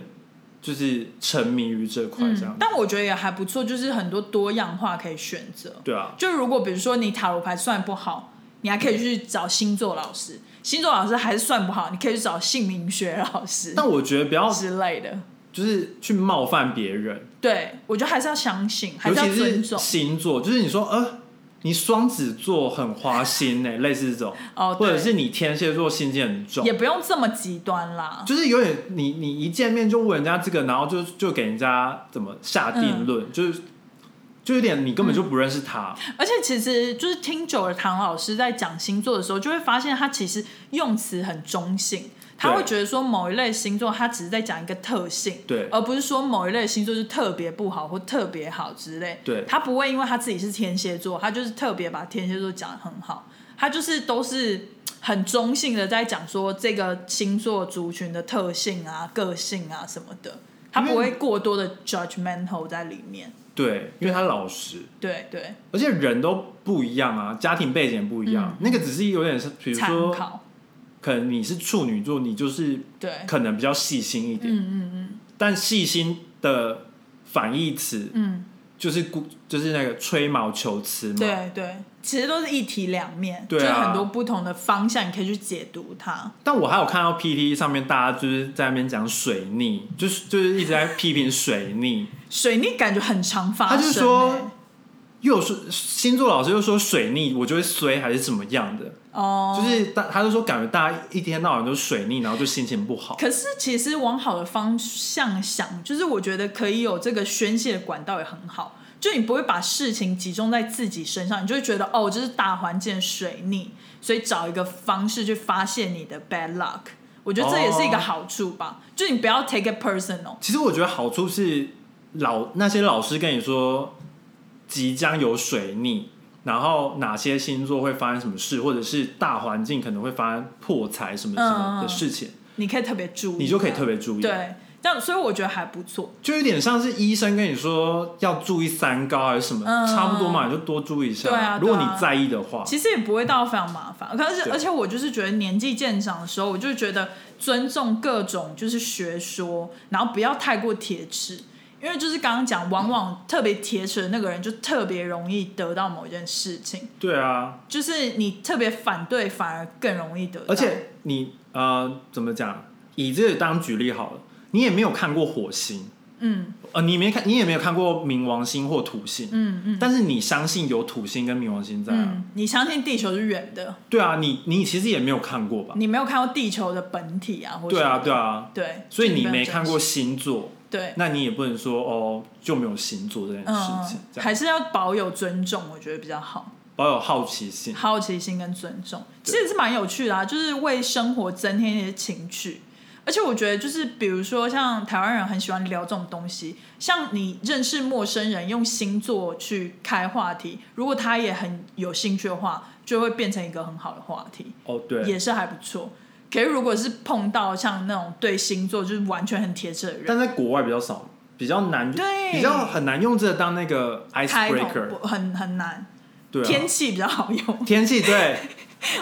S2: 就是沉迷于这块这样
S1: 嗯。，但我觉得也还不错，就是很多多样化可以选择。
S2: 对啊，
S1: 就如果比如说你塔罗牌算不好，你还可以去找星座老师，星座老师还是算不好，你可以去找姓名学老师
S2: 但我觉得不要
S1: 之类的。
S2: 就是去冒犯别人，
S1: 对，我觉得还是要相信，还
S2: 尤
S1: 是要
S2: 其
S1: 尊
S2: 是
S1: 重。
S2: 星座，就是你说呃，你双子座很花心呢、欸 类似这种，
S1: 哦，
S2: 或者
S1: 对
S2: 是你天蝎座心机很重
S1: 也，不用这么极端啦。
S2: 就是有点你你一见面就问人家这个，然后就就给人家怎么下定
S1: 嗯
S2: 论，就是就有点你根本就不认识他，
S1: 而且其实就是听久了唐老师在讲星座的时候，就会发现他其实用词很中性，他
S2: 对
S1: 会觉得说某一类星座他只是在讲一个特性，
S2: 对
S1: 而不是说某一类星座是特别不好或特别好之类。
S2: 对
S1: 他不会因为他自己是天蝎座，他就是特别把天蝎座讲得很好，他就是都是。很中性的在讲说这个星座族群的特性啊、个性啊什么的，他不会过多的 judgmental 在里面。
S2: 对，因为他老实，
S1: 对对，
S2: 而且人都不一样啊，家庭背景也不一样，那个只是有点是，比如
S1: 嗯参
S2: 说
S1: 考。
S2: 可能你是处女座，你就是
S1: 对，
S2: 可能比较细心一点，
S1: 嗯嗯
S2: 但细心的反义词
S1: 嗯
S2: 就是故就是那个吹毛求疵
S1: 嗯，
S2: 嘛，
S1: 对对，其实都是一体两面，
S2: 对
S1: 就
S2: 啊
S1: 是很多不同的方向，你可以去解读它。
S2: 但我还有看到 PT 上面大家就是在那边讲水逆，就是就是一直在批评水逆，
S1: 水逆感觉很常发
S2: 他
S1: 生、
S2: 就说
S1: 欸
S2: 又说星座老师又说水逆，我就会衰还是怎么样的，
S1: 哦，
S2: 就是大他就说感觉大家一天到晚都水逆，然后就心情不好。
S1: 可是其实往好的方向想，就是我觉得可以有这个宣泄的管道也很好。就你不会把事情集中在自己身上，你就会觉得哦，这是大环境的水逆，所以找一个方式去发泄你的 bad luck。我觉得这也是一个
S2: 哦
S1: 好处吧，就你不要 take it personal。
S2: 其实我觉得好处是老那些老师跟你说即将有水逆，然后哪些星座会发生什么事，或者是大环境可能会发生破财什么什么的事情，
S1: 你可以特别注意，
S2: 你就可以特别注
S1: 嗯
S2: 意。，
S1: 对，但所以我觉得还不错。
S2: 就有点像是医生跟你说要注意三高还是什么，
S1: 嗯
S2: 差不多嘛，你就多注意一下。
S1: 对啊
S2: 如果
S1: 对
S2: 你
S1: 啊
S2: 在意的话，
S1: 其实也不会到非常麻烦，可是
S2: 对
S1: 而且我就是觉得嗯年纪渐长的时候，我就觉得尊重各种就是学说，然后不要太过铁齿，因为就是刚刚讲，往往特别铁齿的那个人就特别容易得到某一件事情，
S2: 对啊，
S1: 就是你特别反对反而更容易得到。
S2: 而且你呃怎么讲，以这个当举例好了，你也没有看过火星，
S1: 嗯
S2: 呃，你没看，你也没有看过冥王星或土星，
S1: 嗯嗯
S2: 但是你相信有土星跟冥王星在、啊，
S1: 嗯，你相信地球是圆的，
S2: 对啊，你你其实也没有看过吧？
S1: 你没有看过地球的本体啊，或者
S2: 对啊，对啊，
S1: 对，
S2: 所以
S1: 就是不
S2: 你
S1: 要
S2: 没
S1: 珍
S2: 看过
S1: 惜
S2: 星座，
S1: 对。
S2: 那你也不能说哦就没有星座这件事情，这
S1: 嗯还
S2: 样
S1: 是要保有尊重，我觉得比较好。
S2: 保有好奇心。
S1: 好奇心跟尊重，其实是蛮有趣的啊，就是为生活增添一些情趣。而且我觉得，就是比如说像台湾人很喜欢聊这种东西，像你认识陌生人用星座去开话题，如果他也很有兴趣的话，就会变成一个很好的话题，
S2: 哦，对，
S1: 也是还不错。可是如果是碰到像那种对星座就是完全很铁齿的人，
S2: 但在国外比较少，比较难，
S1: 对
S2: 比较很难用这个当那个
S1: 开头
S2: icebreaker。
S1: 不很很难，
S2: 对、啊，
S1: 天气比较好用。
S2: 天气对，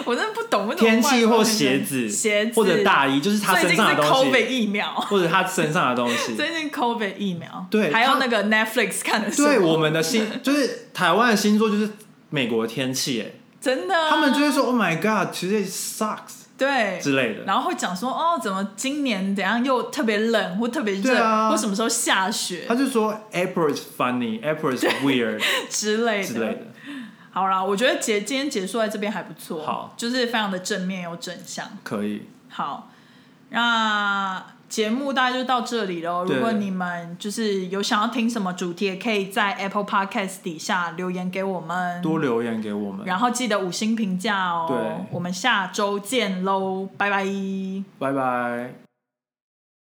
S1: 我真的不懂为什么
S2: 天气
S1: 外
S2: 或
S1: 国人
S2: 鞋子，
S1: 鞋子
S2: 或者大衣，就是他
S1: 最近
S2: 身
S1: 是
S2: 上的东
S1: COVID
S2: 西，
S1: 疫苗，
S2: 或者他身上的东西。
S1: 最近 COVID 疫苗，
S2: 对
S1: 还有
S2: 它
S1: 那个 Netflix 看的什么，
S2: 对我们的星，就是台湾的星座，就是美国的天气，哎，
S1: 真的啊，
S2: 他们就会说 “Oh my God, today sucks”
S1: 对，
S2: 之类的。
S1: 然后会讲说哦，怎么今年怎样又特别冷或特别
S2: 对
S1: 热、
S2: 啊
S1: 或什么时候下雪
S2: 他就说 “April is funny, April is weird”
S1: 之类
S2: 之类的。
S1: 好啦，我觉得结今天结束在这边还不错，
S2: 好，
S1: 就是非常的正面又正向。
S2: 可以，
S1: 好，那节目大概就到这里喽。
S2: 对
S1: 如果你们就是有想要听什么主题，也可以在 Apple Podcast 底下留言给我们。
S2: 多留言给我们。
S1: 然后记得五星评价哦。
S2: 对
S1: 我们下周见喽，拜拜。
S2: 拜拜。